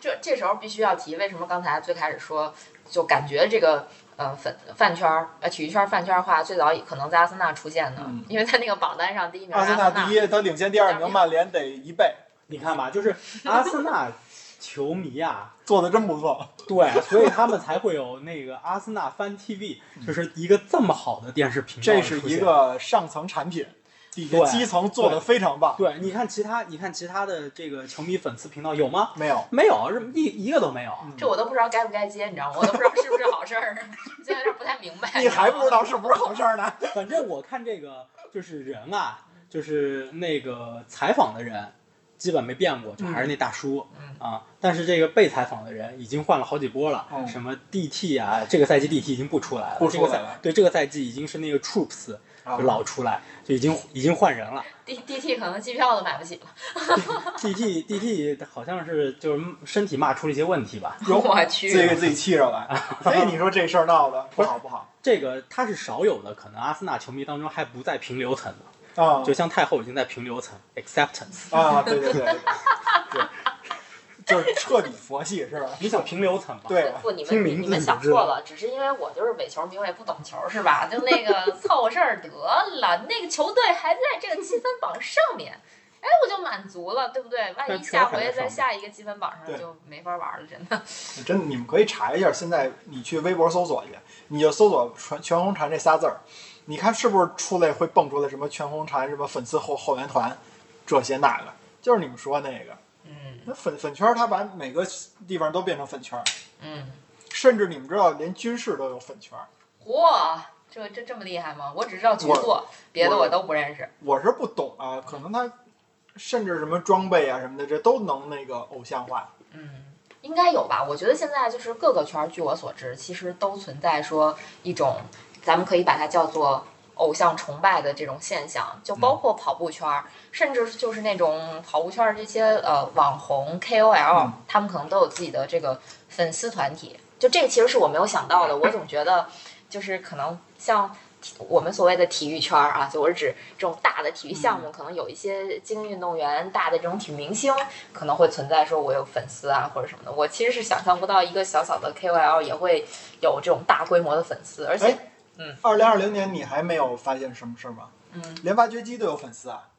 S1: 这这时候必须要提，为什么刚才最开始说，就感觉这个呃粉饭圈儿呃体育圈儿饭圈儿化最早可能在阿森纳出现呢？
S2: 嗯
S1: 因为在那个榜单上第一名
S2: 阿
S1: 是
S2: 森
S1: 阿
S2: 纳
S1: 森纳，
S2: 第一，他领先第二名，曼联得一倍，
S3: 你看吧，就是阿森纳球迷 啊，
S2: 做的真不错。
S3: 对，所以他们才会有那个阿森纳 Fan TV，就是一个这么好的电视频道
S2: 这
S3: 的
S2: 是
S3: 出现。
S2: 一个上层产品，底下
S3: 对
S2: 基层做的
S3: 对
S2: 非常棒。
S3: 对，你看其他，你看其他的这个球迷粉丝频道有吗？
S2: 没有，
S3: 没有，是一一个都没有。
S1: 这我都不知道该不该接，你知道吗？我都不知道是不是好事儿， 现在有点不太明白。
S2: 你还不知
S1: 道？
S2: 道是不是好事 儿呢？
S3: 反正我看这个就是人啊，就是那个采访的人，基本没变过，就还是那大叔、
S1: 嗯
S3: 啊。但是这个被采访的人已经换了好几波了，
S2: 嗯
S3: 什么 DT 啊，这个赛季 DT 已经哦不出来了，哦
S2: 不出来了
S3: 这个赛对这个赛季已经是那个 Troops
S2: 啊
S3: 就老出来，就已经已经换人了。
S1: D D T 可能机票都买不起了，
S3: DT DT 好像是就是身体骂出了一些问题吧。
S2: 有
S1: 我
S2: 自己
S1: 去
S2: 给，自己气着了。所以你说这事儿闹的不好不好
S3: 这个他是少有的，可能阿森纳球迷当中还不在平流层呢，
S2: 啊
S3: 就像太后已经在平流层 acceptance。
S2: 啊！对对对对，对，就是彻底佛系是吧？
S3: 你想平流层吧？
S2: 对啊吧？
S1: 不，你们
S3: 听名字
S1: 你们
S3: 你
S1: 想
S3: 就知道
S1: 错了，只是因为我就是伪球迷，我也不懂球是吧？就那个凑合事儿得了，那个球队还在这个积分榜上面，哎，我就满足了，对不对？万
S3: 但
S1: 一
S3: 球
S1: 下
S3: 还在
S1: 回
S3: 上
S1: 在
S3: 面
S1: 下一个积分榜
S2: 对
S1: 上就没法玩了，真的。
S2: 真的，你们可以查一下，现在你去微博搜索去，你就搜索“全全红婵”这仨字儿，你看是不是出来会蹦出来什么“全红婵”什么粉丝后后援团，这些那个，就是你们说那个，
S1: 嗯
S2: 那粉粉圈儿它把每个地方都变成粉圈儿，
S1: 嗯，
S2: 甚至你们知道连军事都有粉圈儿，
S1: 嚯，这这这么厉害吗？我只知道局
S2: 我
S1: 座，别的
S2: 我
S1: 我都不认识。
S2: 我是不懂啊，可能它甚至什么装备啊什么的，这都能那个偶像化，
S1: 嗯，应该有吧？我觉得现在就是各个圈儿，据我所知，其实都存在说一种，咱们可以把它叫做偶像崇拜的这种现象，就包括跑步圈儿，甚至就是那种跑步圈儿这些呃网红 KOL，、
S2: 嗯
S1: 他们可能都有自己的这个粉丝团体。就这个其实是我没有想到的，我总觉得就是可能像。我们所谓的体育圈儿啊，就我是指这种大的体育项目，可能有一些精英运动员、大的这种体育明星，可能会存在说我有粉丝啊或者什么的。我其实是想象不到一个小小的 KOL 也会有这种大规模的粉丝，而且
S2: 哎二零二零年你还没有发现什么事儿吗？
S1: 嗯，
S2: 连挖掘机都有粉丝啊。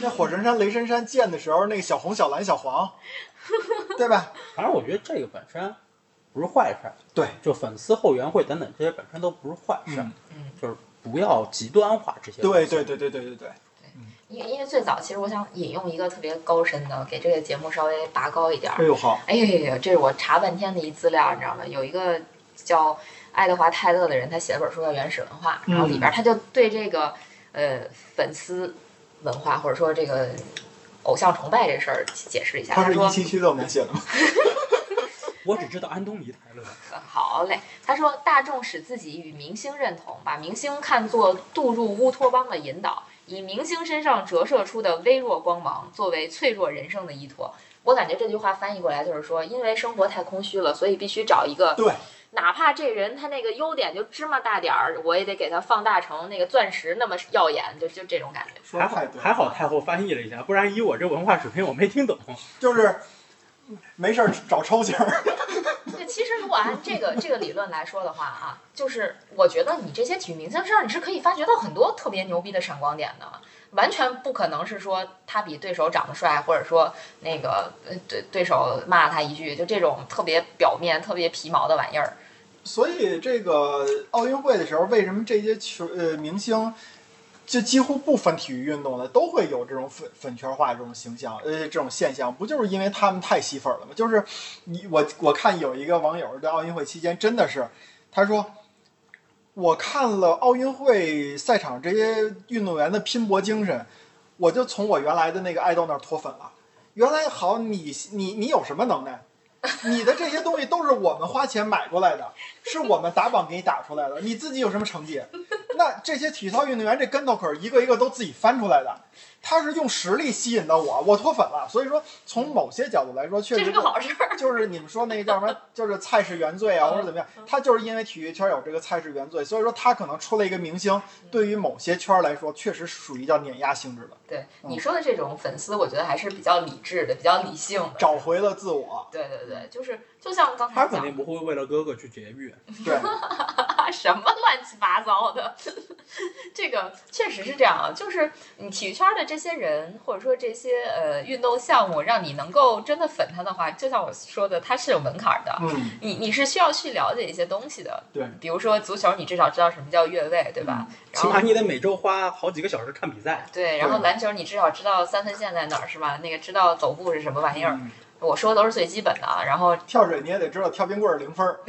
S2: 那火神山、雷神山建的时候，那个小红、小蓝、小黄，对吧？
S3: 反正我觉得这个本身不是坏事儿，
S2: 对，
S3: 就粉丝后援会等等这些本身都不是啊坏事儿，
S2: 嗯
S3: 就是不要极端化这些。
S2: 对对，对对对对对，
S1: 因为因为最早其实我想引用一个特别高深的，给这个节目稍微拔高一点儿。
S2: 哎呦好，
S1: 哎呀，这是我查半天的一资料，你知道吗？有一个叫爱德华泰勒的人，他写了本书叫《原始文化》，然后
S2: 嗯
S1: 里边他就对这个呃粉丝文化或者说这个偶像崇拜这事儿解释了一下。
S2: 他是
S1: 说
S2: 一七七六年写的吗？
S3: 我只知道安东尼泰勒，
S1: 好嘞，他说大众使自己与明星认同，把明星看作渡入乌托邦的引导，以明星身上折射出的微弱光芒作为脆弱人生的依托。我感觉这句话翻译过来就是说，因为生活太空虚了，所以必须找一个
S2: 对，
S1: 哪怕这人他那个优点就芝麻大点儿，我也得给他放大成那个钻石那么耀眼，就就这种感觉。
S2: 说
S3: 还
S2: 的
S3: 好
S2: 太对，
S3: 还好太后翻译了一下，不然以我这文化水平我没听懂。
S2: 就是没事儿找抽筋儿，
S1: 对，其实如果按这个这个理论来说的话啊，就是我觉得你这些体育明星身上你是可以发掘到很多特别牛逼的闪光点的，完全不可能是说他比对手长得帅，或者说那个呃对对手骂他一句，就这种特别表面、特别皮毛的玩意儿。
S2: 所以这个奥运会的时候，为什么这些球呃明星就几乎不分体育运动的都会有这种粉粉圈化这种形象，呃，这种现象，不就是因为他们太吸粉了吗？就是你我我看有一个网友在奥运会期间真的是，他说我看了奥运会赛场这些运动员的拼搏精神，我就从我原来的那个爱豆那儿脱粉了。原来好，你你你有什么能耐？你的这些东西都是我们花钱买过来的，是我们打榜给你打出来的，你自己有什么成绩？那这些体操运动员这跟头可是一个一个都自己翻出来的，他是用实力吸引的我，我脱粉了。所以说，从某些角度来说，确
S1: 这
S2: 实
S1: 是个好事儿。
S2: 就是你们说那个叫什么，就是菜市原罪啊，
S1: 嗯
S2: 或者怎么样
S1: 嗯，
S2: 他就是因为体育圈有这个菜市原罪，所以说他可能出了一个明
S1: 嗯
S2: 星，对于某些圈儿来说，确实属于叫碾压性质的，
S1: 对
S2: 嗯
S1: 你说的这种粉丝，我觉得还是比较理智的，比较理性的。
S2: 找回了自 我。
S1: 对对对，就是就像刚才
S3: 他肯
S1: 讲
S3: 定不会为了哥哥去绝育。
S2: 对，
S1: 什么乱七八糟的， 这个确实是这样啊。就是你体育圈的这些人，或者说这些呃运动项目，让你能够真的粉他的话，就像我说的，它是有门槛的。
S2: 嗯，
S1: 你你是需要去了解一些东西的，
S2: 对，嗯
S1: 比如说足球，你至少知道什么叫越位，对吧？然
S3: 起
S1: 后
S3: 码你得每周花好几个小时看比赛。
S1: 对，然后
S2: 对
S1: 篮球你至少知道三分线在哪儿是吧？那个知道走步是什么玩意儿，
S2: 嗯
S1: 我说的都是最基本的啊。然后
S2: 跳水你也得知道跳冰棍儿零分儿，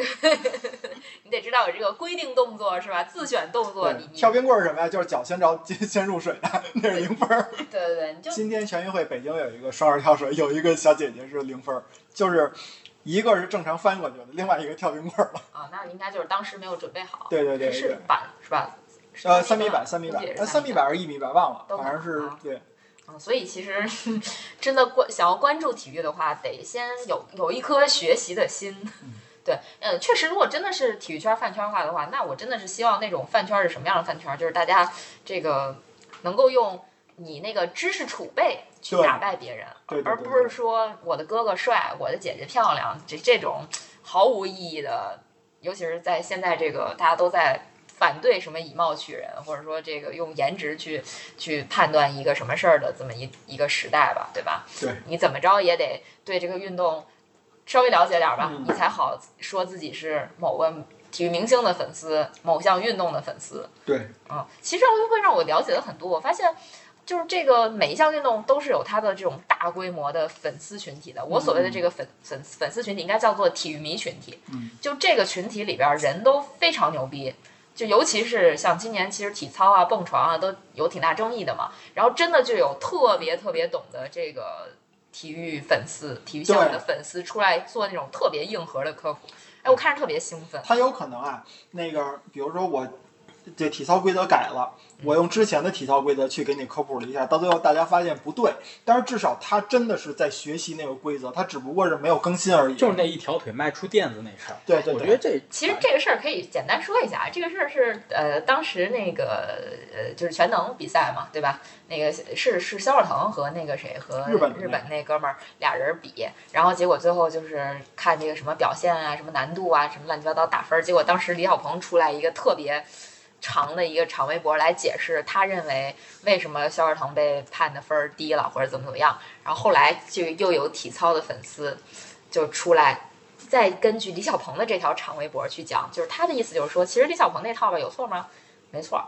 S1: 你得知道有这个规定动作是吧？自选动作，
S2: 对
S1: 你，你
S2: 跳冰棍儿是什么呀？就是脚先着先入水的，那是零分儿。
S1: 对对对，你就
S2: 今天全运会北京有一个双人跳水，有一个小姐姐是零分儿，就是一个是正常翻过去的，另外一个跳冰棍儿了。
S1: 啊，那应该就是当时没有准备好。
S2: 对对对对
S1: 是
S2: 对，
S1: 板是吧？是
S2: 呃，
S1: 三
S2: 三米板，三米板，呃，三
S1: 三
S2: 米。板还是一米板忘了，
S1: 都
S2: 反正
S1: 可能
S2: 是
S1: 啊
S2: 对。
S1: 嗯，所以其实 真的关想要关注体育的话，得先有有一颗学习的心。
S2: 嗯
S1: 对，呃，确实，如果真的是体育圈饭圈化的话，那我真的是希望那种饭圈是什么样的饭圈？就是大家这个能够用你那个知识储备去
S2: 对
S1: 打败别人，
S2: 对对对
S1: 而不是说我的哥哥帅，我的姐姐漂亮，这这种毫无意义的，尤其是在现在这个大家都在反对什么以貌取人，或者说这个用颜值去去判断一个什么事儿的这么一一个时代吧，对吧？
S2: 对，
S1: 你怎么着也得对这个运动稍微了解点儿吧，
S2: 嗯
S1: 你才好说自己是某个体育明星的粉丝，某项运动的粉丝。
S2: 对，
S1: 嗯，其实奥运会让我了解了很多，我发现。就是这个每一项运动都是有它的这种大规模的粉丝群体的。我所谓的这个粉粉粉丝群体，应该叫做体育迷群体。
S2: 嗯，
S1: 就这个群体里边儿人都非常牛逼，就尤其是像今年其实体操啊、蹦床啊都有挺大争议的嘛。然后真的就有特别特别懂得这个体育粉丝、体育项目的粉丝出来做那种特别硬核的科普，哎，我看着特别兴奋。
S2: 他有可能啊，那个比如说我这体操规则改了，我用之前的体操规则去给你科普了一下，到最后大家发现不对，但是至少他真的是在学习那个规则，他只不过是没有更新而已。
S3: 就是那一条腿迈出垫子那事儿。
S2: 对对
S3: 我觉
S2: 对
S3: 得这
S1: 其实这个事儿可以简单说一下，啊，这个事儿是呃，当时那个呃，就是全能比赛嘛，对吧？那个是是肖若腾和那个谁和
S2: 日本的那个
S1: 日本那哥们儿俩人比，然后结果最后就是看这个什么表现啊、什么难度啊、什么乱七八糟打分儿，结果当时李小鹏出来一个特别。长的一个长微博来解释，他认为为什么肖若腾被判的分儿低了，或者怎么怎么样。然后后来就又有体操的粉丝就出来再根据李小鹏的这条长微博去讲，就是他的意思就是说，其实李小鹏那套吧有错吗？没错儿，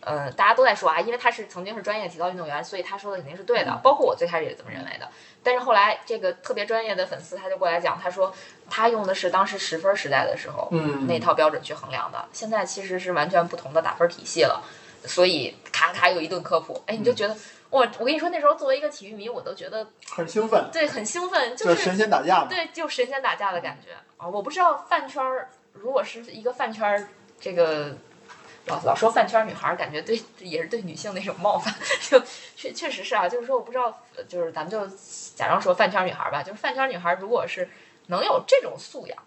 S1: 呃，大家都在说啊，因为他是曾经是专业体操运动员，所以他说的肯定是对
S2: 嗯
S1: 的，包括我最开始也是这么认为的。但是后来这个特别专业的粉丝他就过来讲，他说他用的是当时十分时代的时候，
S2: 嗯，
S1: 那套标准去衡量的。现在其实是完全不同的打分体系了，所以咔咔又一顿科普，哎，你就
S2: 嗯
S1: 觉得哇，我跟你说那时候作为一个体育迷，我都觉得
S2: 很兴奋，
S1: 对很兴奋，就
S2: 就是神仙打架嘛。
S1: 对，就神仙打架的感觉
S2: 嗯
S1: 啊！我不知道饭圈儿，如果是一个饭圈儿，这个老老说饭圈儿女孩，儿，感觉对也是对女性的一种冒犯，就确确实是啊，就是说我不知道，呃就是咱们就假装说饭圈儿女孩儿吧，就是饭圈儿女孩，儿如果是能有这种素养，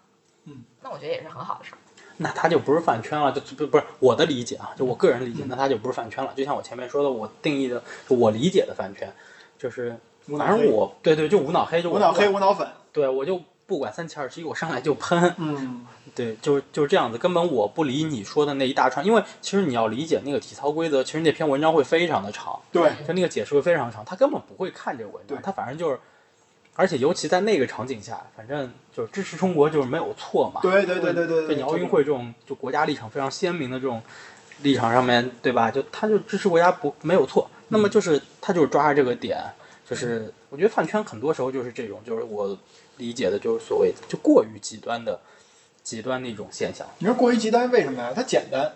S2: 嗯，
S1: 那我觉得也是很好的事儿。
S3: 那他就不是饭圈了，就不不是我的理解啊，就我个人理解
S2: 嗯，
S3: 那他就不是饭圈了。就像我前面说的，我定义的就我理解的饭圈，就是
S2: 无脑
S3: 反正
S2: 黑
S3: 我对对就无脑黑，就我
S2: 无脑
S3: 不
S2: 黑
S3: 管，
S2: 无脑粉，
S3: 对我就不管三七二十一，我上来就喷，
S2: 嗯，
S3: 对，就是就是这样子，根本我不理你说的那一大串，因为其实你要理解那个体操规则，其实那篇文章会非常的长，
S2: 对，
S3: 就那个解释会非常长，他根本不会看这个文
S2: 对
S3: 章，他反正就是，而且尤其在那个场景下，反正就是支持中国就是没有错嘛，
S2: 对对对对对
S3: 对你奥运会这种就国家立场非常鲜明的这种立场上面，对吧？就他就支持国家不没有错，那
S2: 嗯
S3: 么就是他就是抓着这个点，就是我觉得饭圈很多时候就是这种，就是我理解的就是所谓就过于极端的极端的一种现象。
S2: 你说过于极端为什么呀？它简单，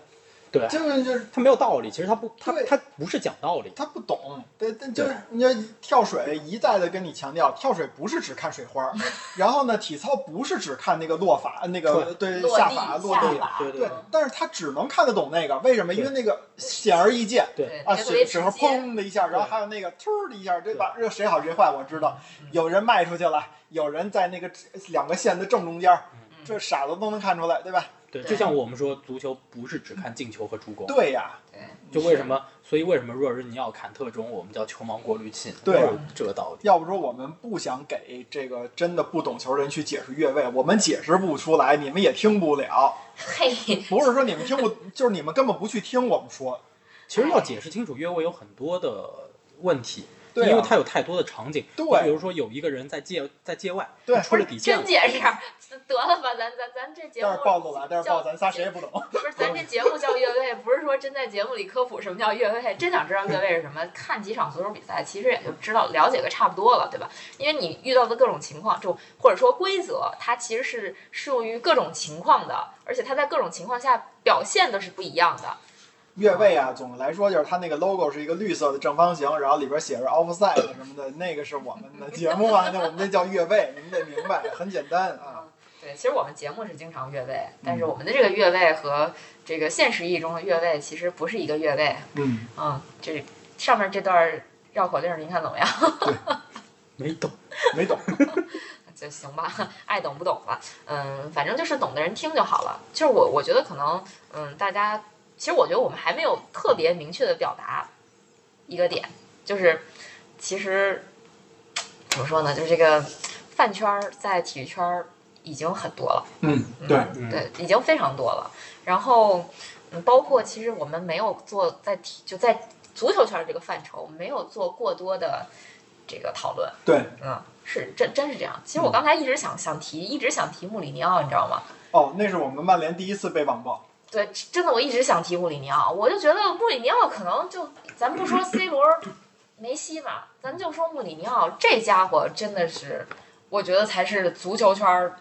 S4: 对，
S2: 这个就是
S4: 他没有道理，其实他不，他
S2: 对
S4: 他不是讲道理，
S2: 他不懂，对，但就是你要跳水一再的跟你强调，跳水不是只看水 花儿，然后呢，体操不是只看那个落法，那个对
S1: 落
S2: 下
S1: 地
S2: 法落
S1: 下
S2: 地，
S1: 法
S4: 对
S2: 对，但是他只能看得懂那个，为什么？因为那个显而易见。
S4: 对
S2: 啊，
S1: 特别
S2: 水
S1: 直
S2: 水花
S1: 接，
S2: 砰的一下，然后
S4: 对
S2: 还有那个突的一下，对吧？这谁好谁坏我知道，
S4: 嗯
S2: 有人迈出去了，有人在那个两个线的正中间儿
S1: 嗯，
S2: 这傻子都能看出来，对吧？
S4: 对，
S1: 对
S4: 就像我们说足球不是只看进球和助攻，
S2: 对呀，
S1: 对，
S4: 就为什么，所以为什么若日尼奥坎特中我们叫球盲过滤器，
S2: 对
S4: 都有这个道理，
S2: 要不说我们不想给这个真的不懂球人去解释越位，我们解释不出来，你们也听不了。
S1: 嘿，
S2: 不是说你们听不， 就是你们根本不去听我们说。
S4: 其实要解释清楚越位有很多的问题，
S2: 对啊
S4: 因为它有太多的场景，
S2: 对
S4: 你比如说有一个人在界在界外，
S2: 对
S4: 出了底线
S1: 真
S4: 了，
S1: 解释，得了吧，咱咱咱这节
S2: 但
S1: 目
S2: 是暴露了，但是暴
S1: 叫
S2: 露咱仨谁也 不懂。
S1: 不是咱这节目叫越位，不是说真在节目里科普什么叫越位，真想知道越位是什么，看几场足球比赛其实也就知道了解个差不多了，对吧？因为你遇到的各种情况，就或者说规则，它其实是适用于各种情况的，而且它在各种情况下表现的是不一样的。
S2: 越位啊，总的来说就是它那个 logo 是一个绿色的正方形，然后里边写着 offside 什么的，那个是我们的节目啊，那我们那叫越位，你们得明白，很简单啊。
S1: 对，其实我们节目是经常越位，但是我们的这个越位和这个现实意义中的越位其实不是一个越位。
S2: 嗯，
S1: 嗯，这上面这段绕口令您看怎么样？
S4: 没懂，
S2: 没懂。
S1: 就行吧，爱懂不懂吧，嗯，反正就是懂的人听就好了。就是我，我觉得可能，嗯，大家其实我觉得我们还没有特别明确的表达一个点，就是其实怎么说呢，就是这个饭圈儿在体育圈儿已经很多了，
S2: 嗯，
S1: 嗯、
S2: 对，
S4: 嗯
S1: 对，已经非常多了。然后，嗯，包括其实我们没有做在体就在足球圈儿这个范畴没有做过多的这个讨论。
S2: 对。
S1: 嗯，是真真是这样。其实我刚才一直想想提，一直想提穆里尼奥，你知道吗？
S2: 哦，那是我们曼联第一次被网暴。
S1: 对，真的我一直想提穆里尼奥，我就觉得穆里尼奥可能就咱不说 C 罗、梅西嘛，咱就说穆里尼奥这家伙真的是，我觉得才是足球圈儿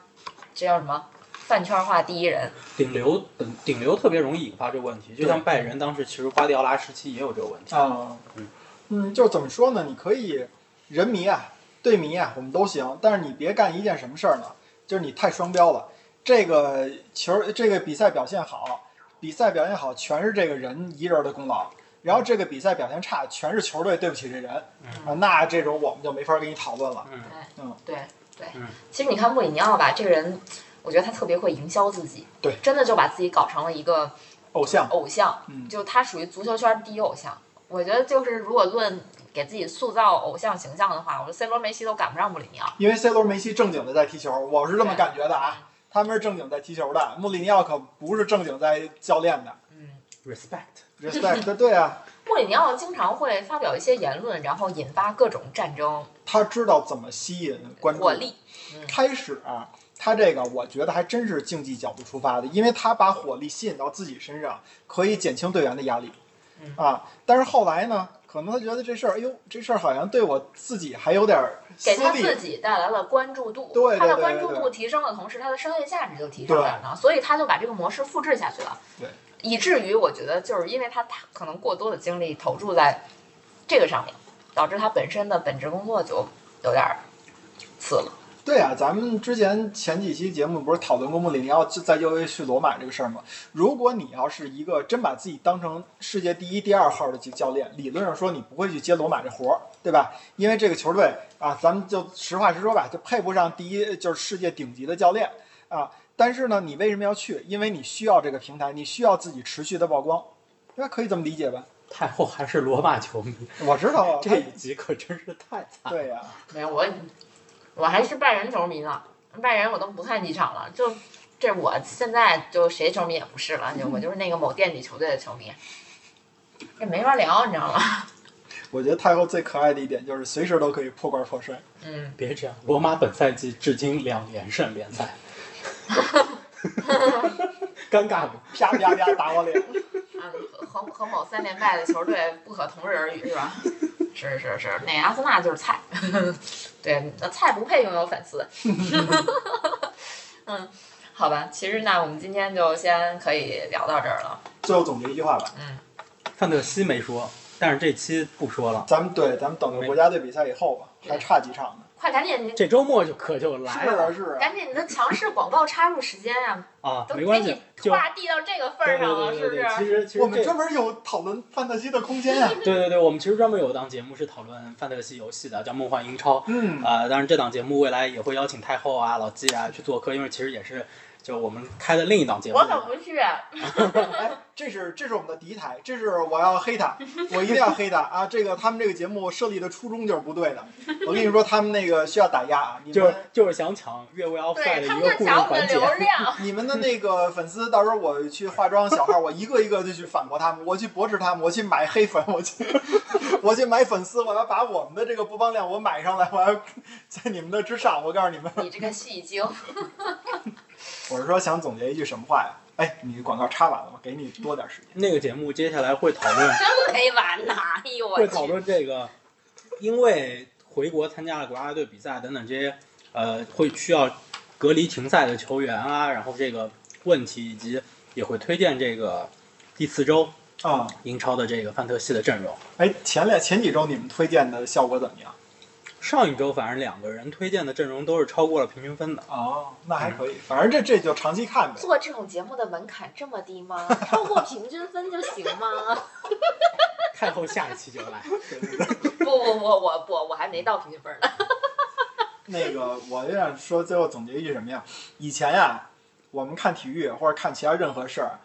S1: 这叫什么饭圈化第一人。
S4: 顶流顶顶流特别容易引发这个问题，就像拜仁当时其实瓜迪奥拉时期也有这个问题，
S2: 啊
S4: 嗯，
S2: 嗯，就是怎么说呢？你可以人迷啊，队迷啊，我们都行，但是你别干一件什么事儿呢？就是你太双标了。这个球，这个比赛表现好，比赛表现好全是这个人一人的功劳。然后这个比赛表现差，全是球队对不起这人
S4: 嗯
S2: 啊，那这种我们就没法跟你讨论了。
S4: 嗯，
S1: 对对
S4: 嗯，
S1: 其实你看穆里尼奥吧，这个人，我觉得他特别会营销自己，
S2: 对，
S1: 真的就把自己搞成了一个
S2: 偶像，
S1: 偶像。
S2: 嗯，
S1: 就他属于足球圈第一偶像。我觉得就是如果论给自己塑造偶像形象的话，我觉得 C 罗、梅西都赶不上穆里尼奥。
S2: 因为 C 罗、梅西正经的在踢球，我是这么感觉的啊，他们是正经在踢球的，穆里尼奥可不是正经在教练的。
S1: 嗯，
S4: respect，
S2: respect，对啊，
S1: 穆里尼奥经常会发表一些言论，然后引发各种战争
S2: 他知道怎么吸引观众
S1: 火。力。
S2: 开始啊，他这个我觉得还真是竞技角度出发的，因为他把火力吸引到自己身上，可以减轻队员的压力
S1: 嗯。
S2: 啊，但是后来呢，可能他觉得这事儿，哎呦，这事儿好像对我自己还有点儿
S1: 给
S2: 私
S1: 他
S2: 利
S1: 自。己带来了关注度，
S2: 对对
S1: 他的
S2: 对
S1: 关
S2: 对
S1: 注
S2: 对
S1: 度提升的同时，他的商业价值就提升了呢，所以他就把这个模式复制下去了。
S2: 对，
S1: 以至于我觉得，就是因为他他可能过多的精力投注在这个上面，导致他本身的本职工作就有点儿次了。
S2: 对啊，咱们之前前几期节目不是讨论过穆里尼奥在 U A 去罗马这个事儿吗？如果你要是一个真把自己当成世界第一、第二号的教练，理论上说你不会去接罗马这活儿，对吧？因为这个球队啊，咱们就实话实说吧，就配不上第一就是世界顶级的教练啊。但是呢，你为什么要去？因为你需要这个平台，你需要自己持续的曝光，那可以这么理解吧？
S4: 太后还是罗马球迷，
S2: 我知道啊，
S4: 这一集可真是太惨，
S2: 对呀、啊
S1: 没有我，我还是拜仁球迷呢。拜仁我都不看几场了，就这我现在就谁球迷也不是了，就我就是那个某垫底球队的球迷，这没法聊，你知道吗？
S2: 我觉得太后最可爱的一点就是随时都可以破罐破摔。
S1: 嗯，
S4: 别这样，罗马本赛季至今两连胜联赛， 尴尬吗？
S2: 啪啪啪打我脸，
S1: 啊，和和某三连败的球队不可同日而语，是吧？ 是是是，那阿森纳就是菜， 对，那菜不配拥有粉 丝。嗯，好吧，其实那我们今天就先可以聊到这儿了。
S2: 最后总结一句话吧，
S6: 范特西没说，但是这期不说了。
S2: 咱们对，咱们等着国家队比赛以后吧，还差几场呢，
S1: 快赶紧，
S3: 这周末就可就来
S2: 是
S3: 了
S2: 啊是啊，
S1: 赶紧你的强势广告插入时间呀，
S3: 啊，
S1: 都
S3: 没
S1: 给
S3: 关系
S1: 你，
S3: 就
S1: 话递到这个份
S3: 对
S1: 儿
S3: 对
S1: 上了，
S3: 对
S1: 是
S3: 对
S1: 不
S3: 对，其
S1: 是？
S3: 实其
S2: 我
S3: 实
S2: 们
S3: 这
S2: 专门有讨论范特西的空间啊，
S3: 对对对，我们其实专门有一档节目是讨论范特西游戏的，叫《梦幻英超》。
S2: 嗯，
S3: 啊、当然这档节目未来也会邀请太后啊、老纪啊去做客，因为其实也是就我们开的另一档节目
S1: 我。可不是，
S2: 哎，这是这是我们的敌台，这是我要黑 他，我一定要黑他啊！这个他们这个节目设立的初衷就是不对的，我跟你说，他们那个需要打压 啊，你
S3: 就是
S2: 们。
S3: 就是想抢越位 offside 的
S1: 对他们
S3: 一个
S1: 在
S3: 固定
S1: 抢我
S3: 环
S1: 们的
S3: 节
S1: 流，量，
S2: 你们的那个粉丝，到时候我去化妆小 号，我一个一个的去反驳他们，我去驳斥他们，我去买黑粉，我 去，我去买粉丝，我要把我们的这个播放量我买上来，我要在你们的之上。我告诉你们，
S1: 你这个戏精，
S2: 我是说想总结一句什么话呀？哎，你广告插完了，我给你多点时间。
S3: 那个节目接下来会讨论
S1: 真没完呐！哎呦我
S3: 会
S1: 去
S3: 讨，论这个，因为回国参加了国家队比赛等等这些，呃，会需要隔离停赛的球员啊，然后这个问题，以及也会推荐这个第四周
S2: 啊、
S3: 英超的这个范特西的阵容。
S2: 哎，前两前几周你们推荐的效果怎么样？
S3: 上一周反正两个人推荐的阵容都是超过了平均分的，
S2: 哦，那还可以，反正这这就长期看呗。
S1: 做这种节目的门槛这么低吗？超过平均分就行吗？
S3: 太后下一期就来。
S1: 不不不，我不，我还没到平均分 呢。
S2: 那个，我就想说，最后总结一句什么呀？以前呀，我们看体育或者看其他任何事儿，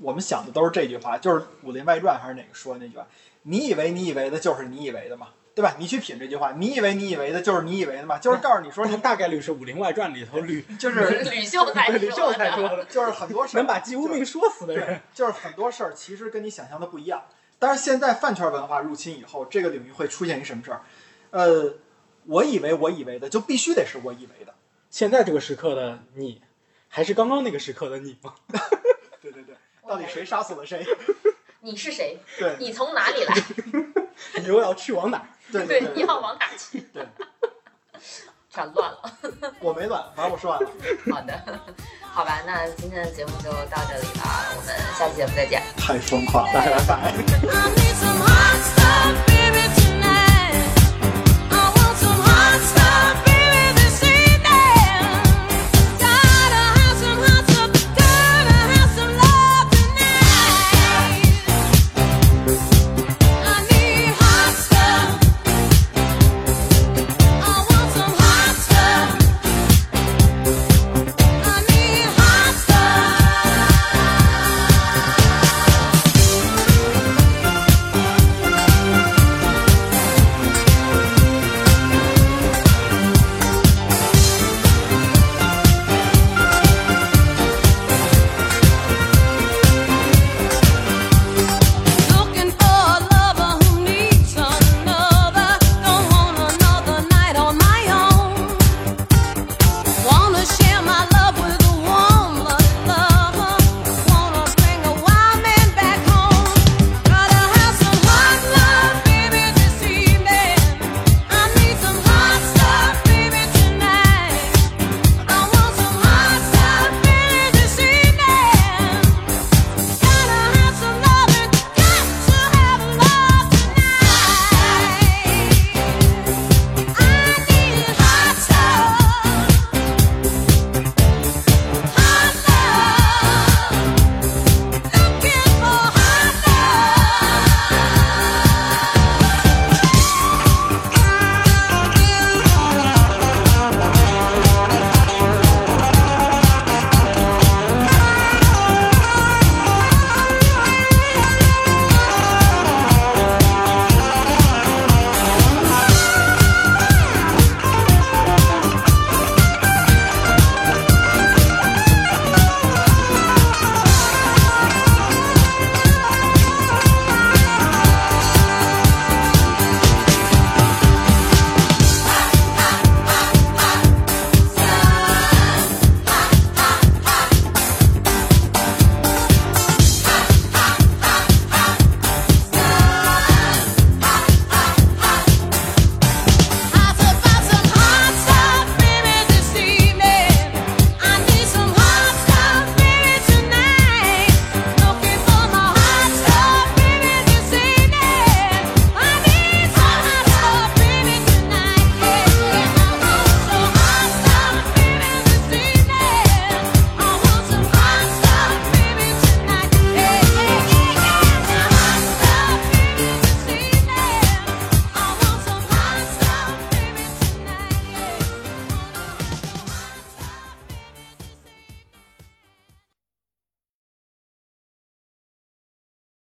S2: 我们想的都是这句话，就是《武林外传》还是哪个说的那句话？你以为你以为的就是你以为的嘛，对吧？你去品这句话，你以为你以为的就是你以为的嘛，就是告诉你说，
S3: 它大概率是《武林外传》里头 吕
S2: 你就是
S1: 吕秀 才
S3: 吕秀
S1: 说
S3: 才
S1: 的，
S3: 说的，
S2: 就是很多事儿
S3: 能把姬无命说死的
S2: 对
S3: 人。，
S2: 就是很多事儿其实跟你想象的不一样。但是现在饭圈文化入侵以后，这个领域会出现一什么事儿？呃，我以为我以为的就必须得是我以为的。
S3: 现在这个时刻的你，还是刚刚那个时刻的你吗？
S2: 对对对，到底谁杀死了谁？
S1: 你是谁？
S2: 对
S1: 你从哪 里来？
S3: 你又要去往哪儿？
S2: 对对
S1: 对，你要往哪儿去？
S2: 对，
S1: 转乱了。
S2: 我没乱，反正我说完了。
S1: 好的， 好吧，那今天的节目就到这里了，我们下期节目再见。
S2: 太疯狂了，拜拜。
S7: I need some hot stuff.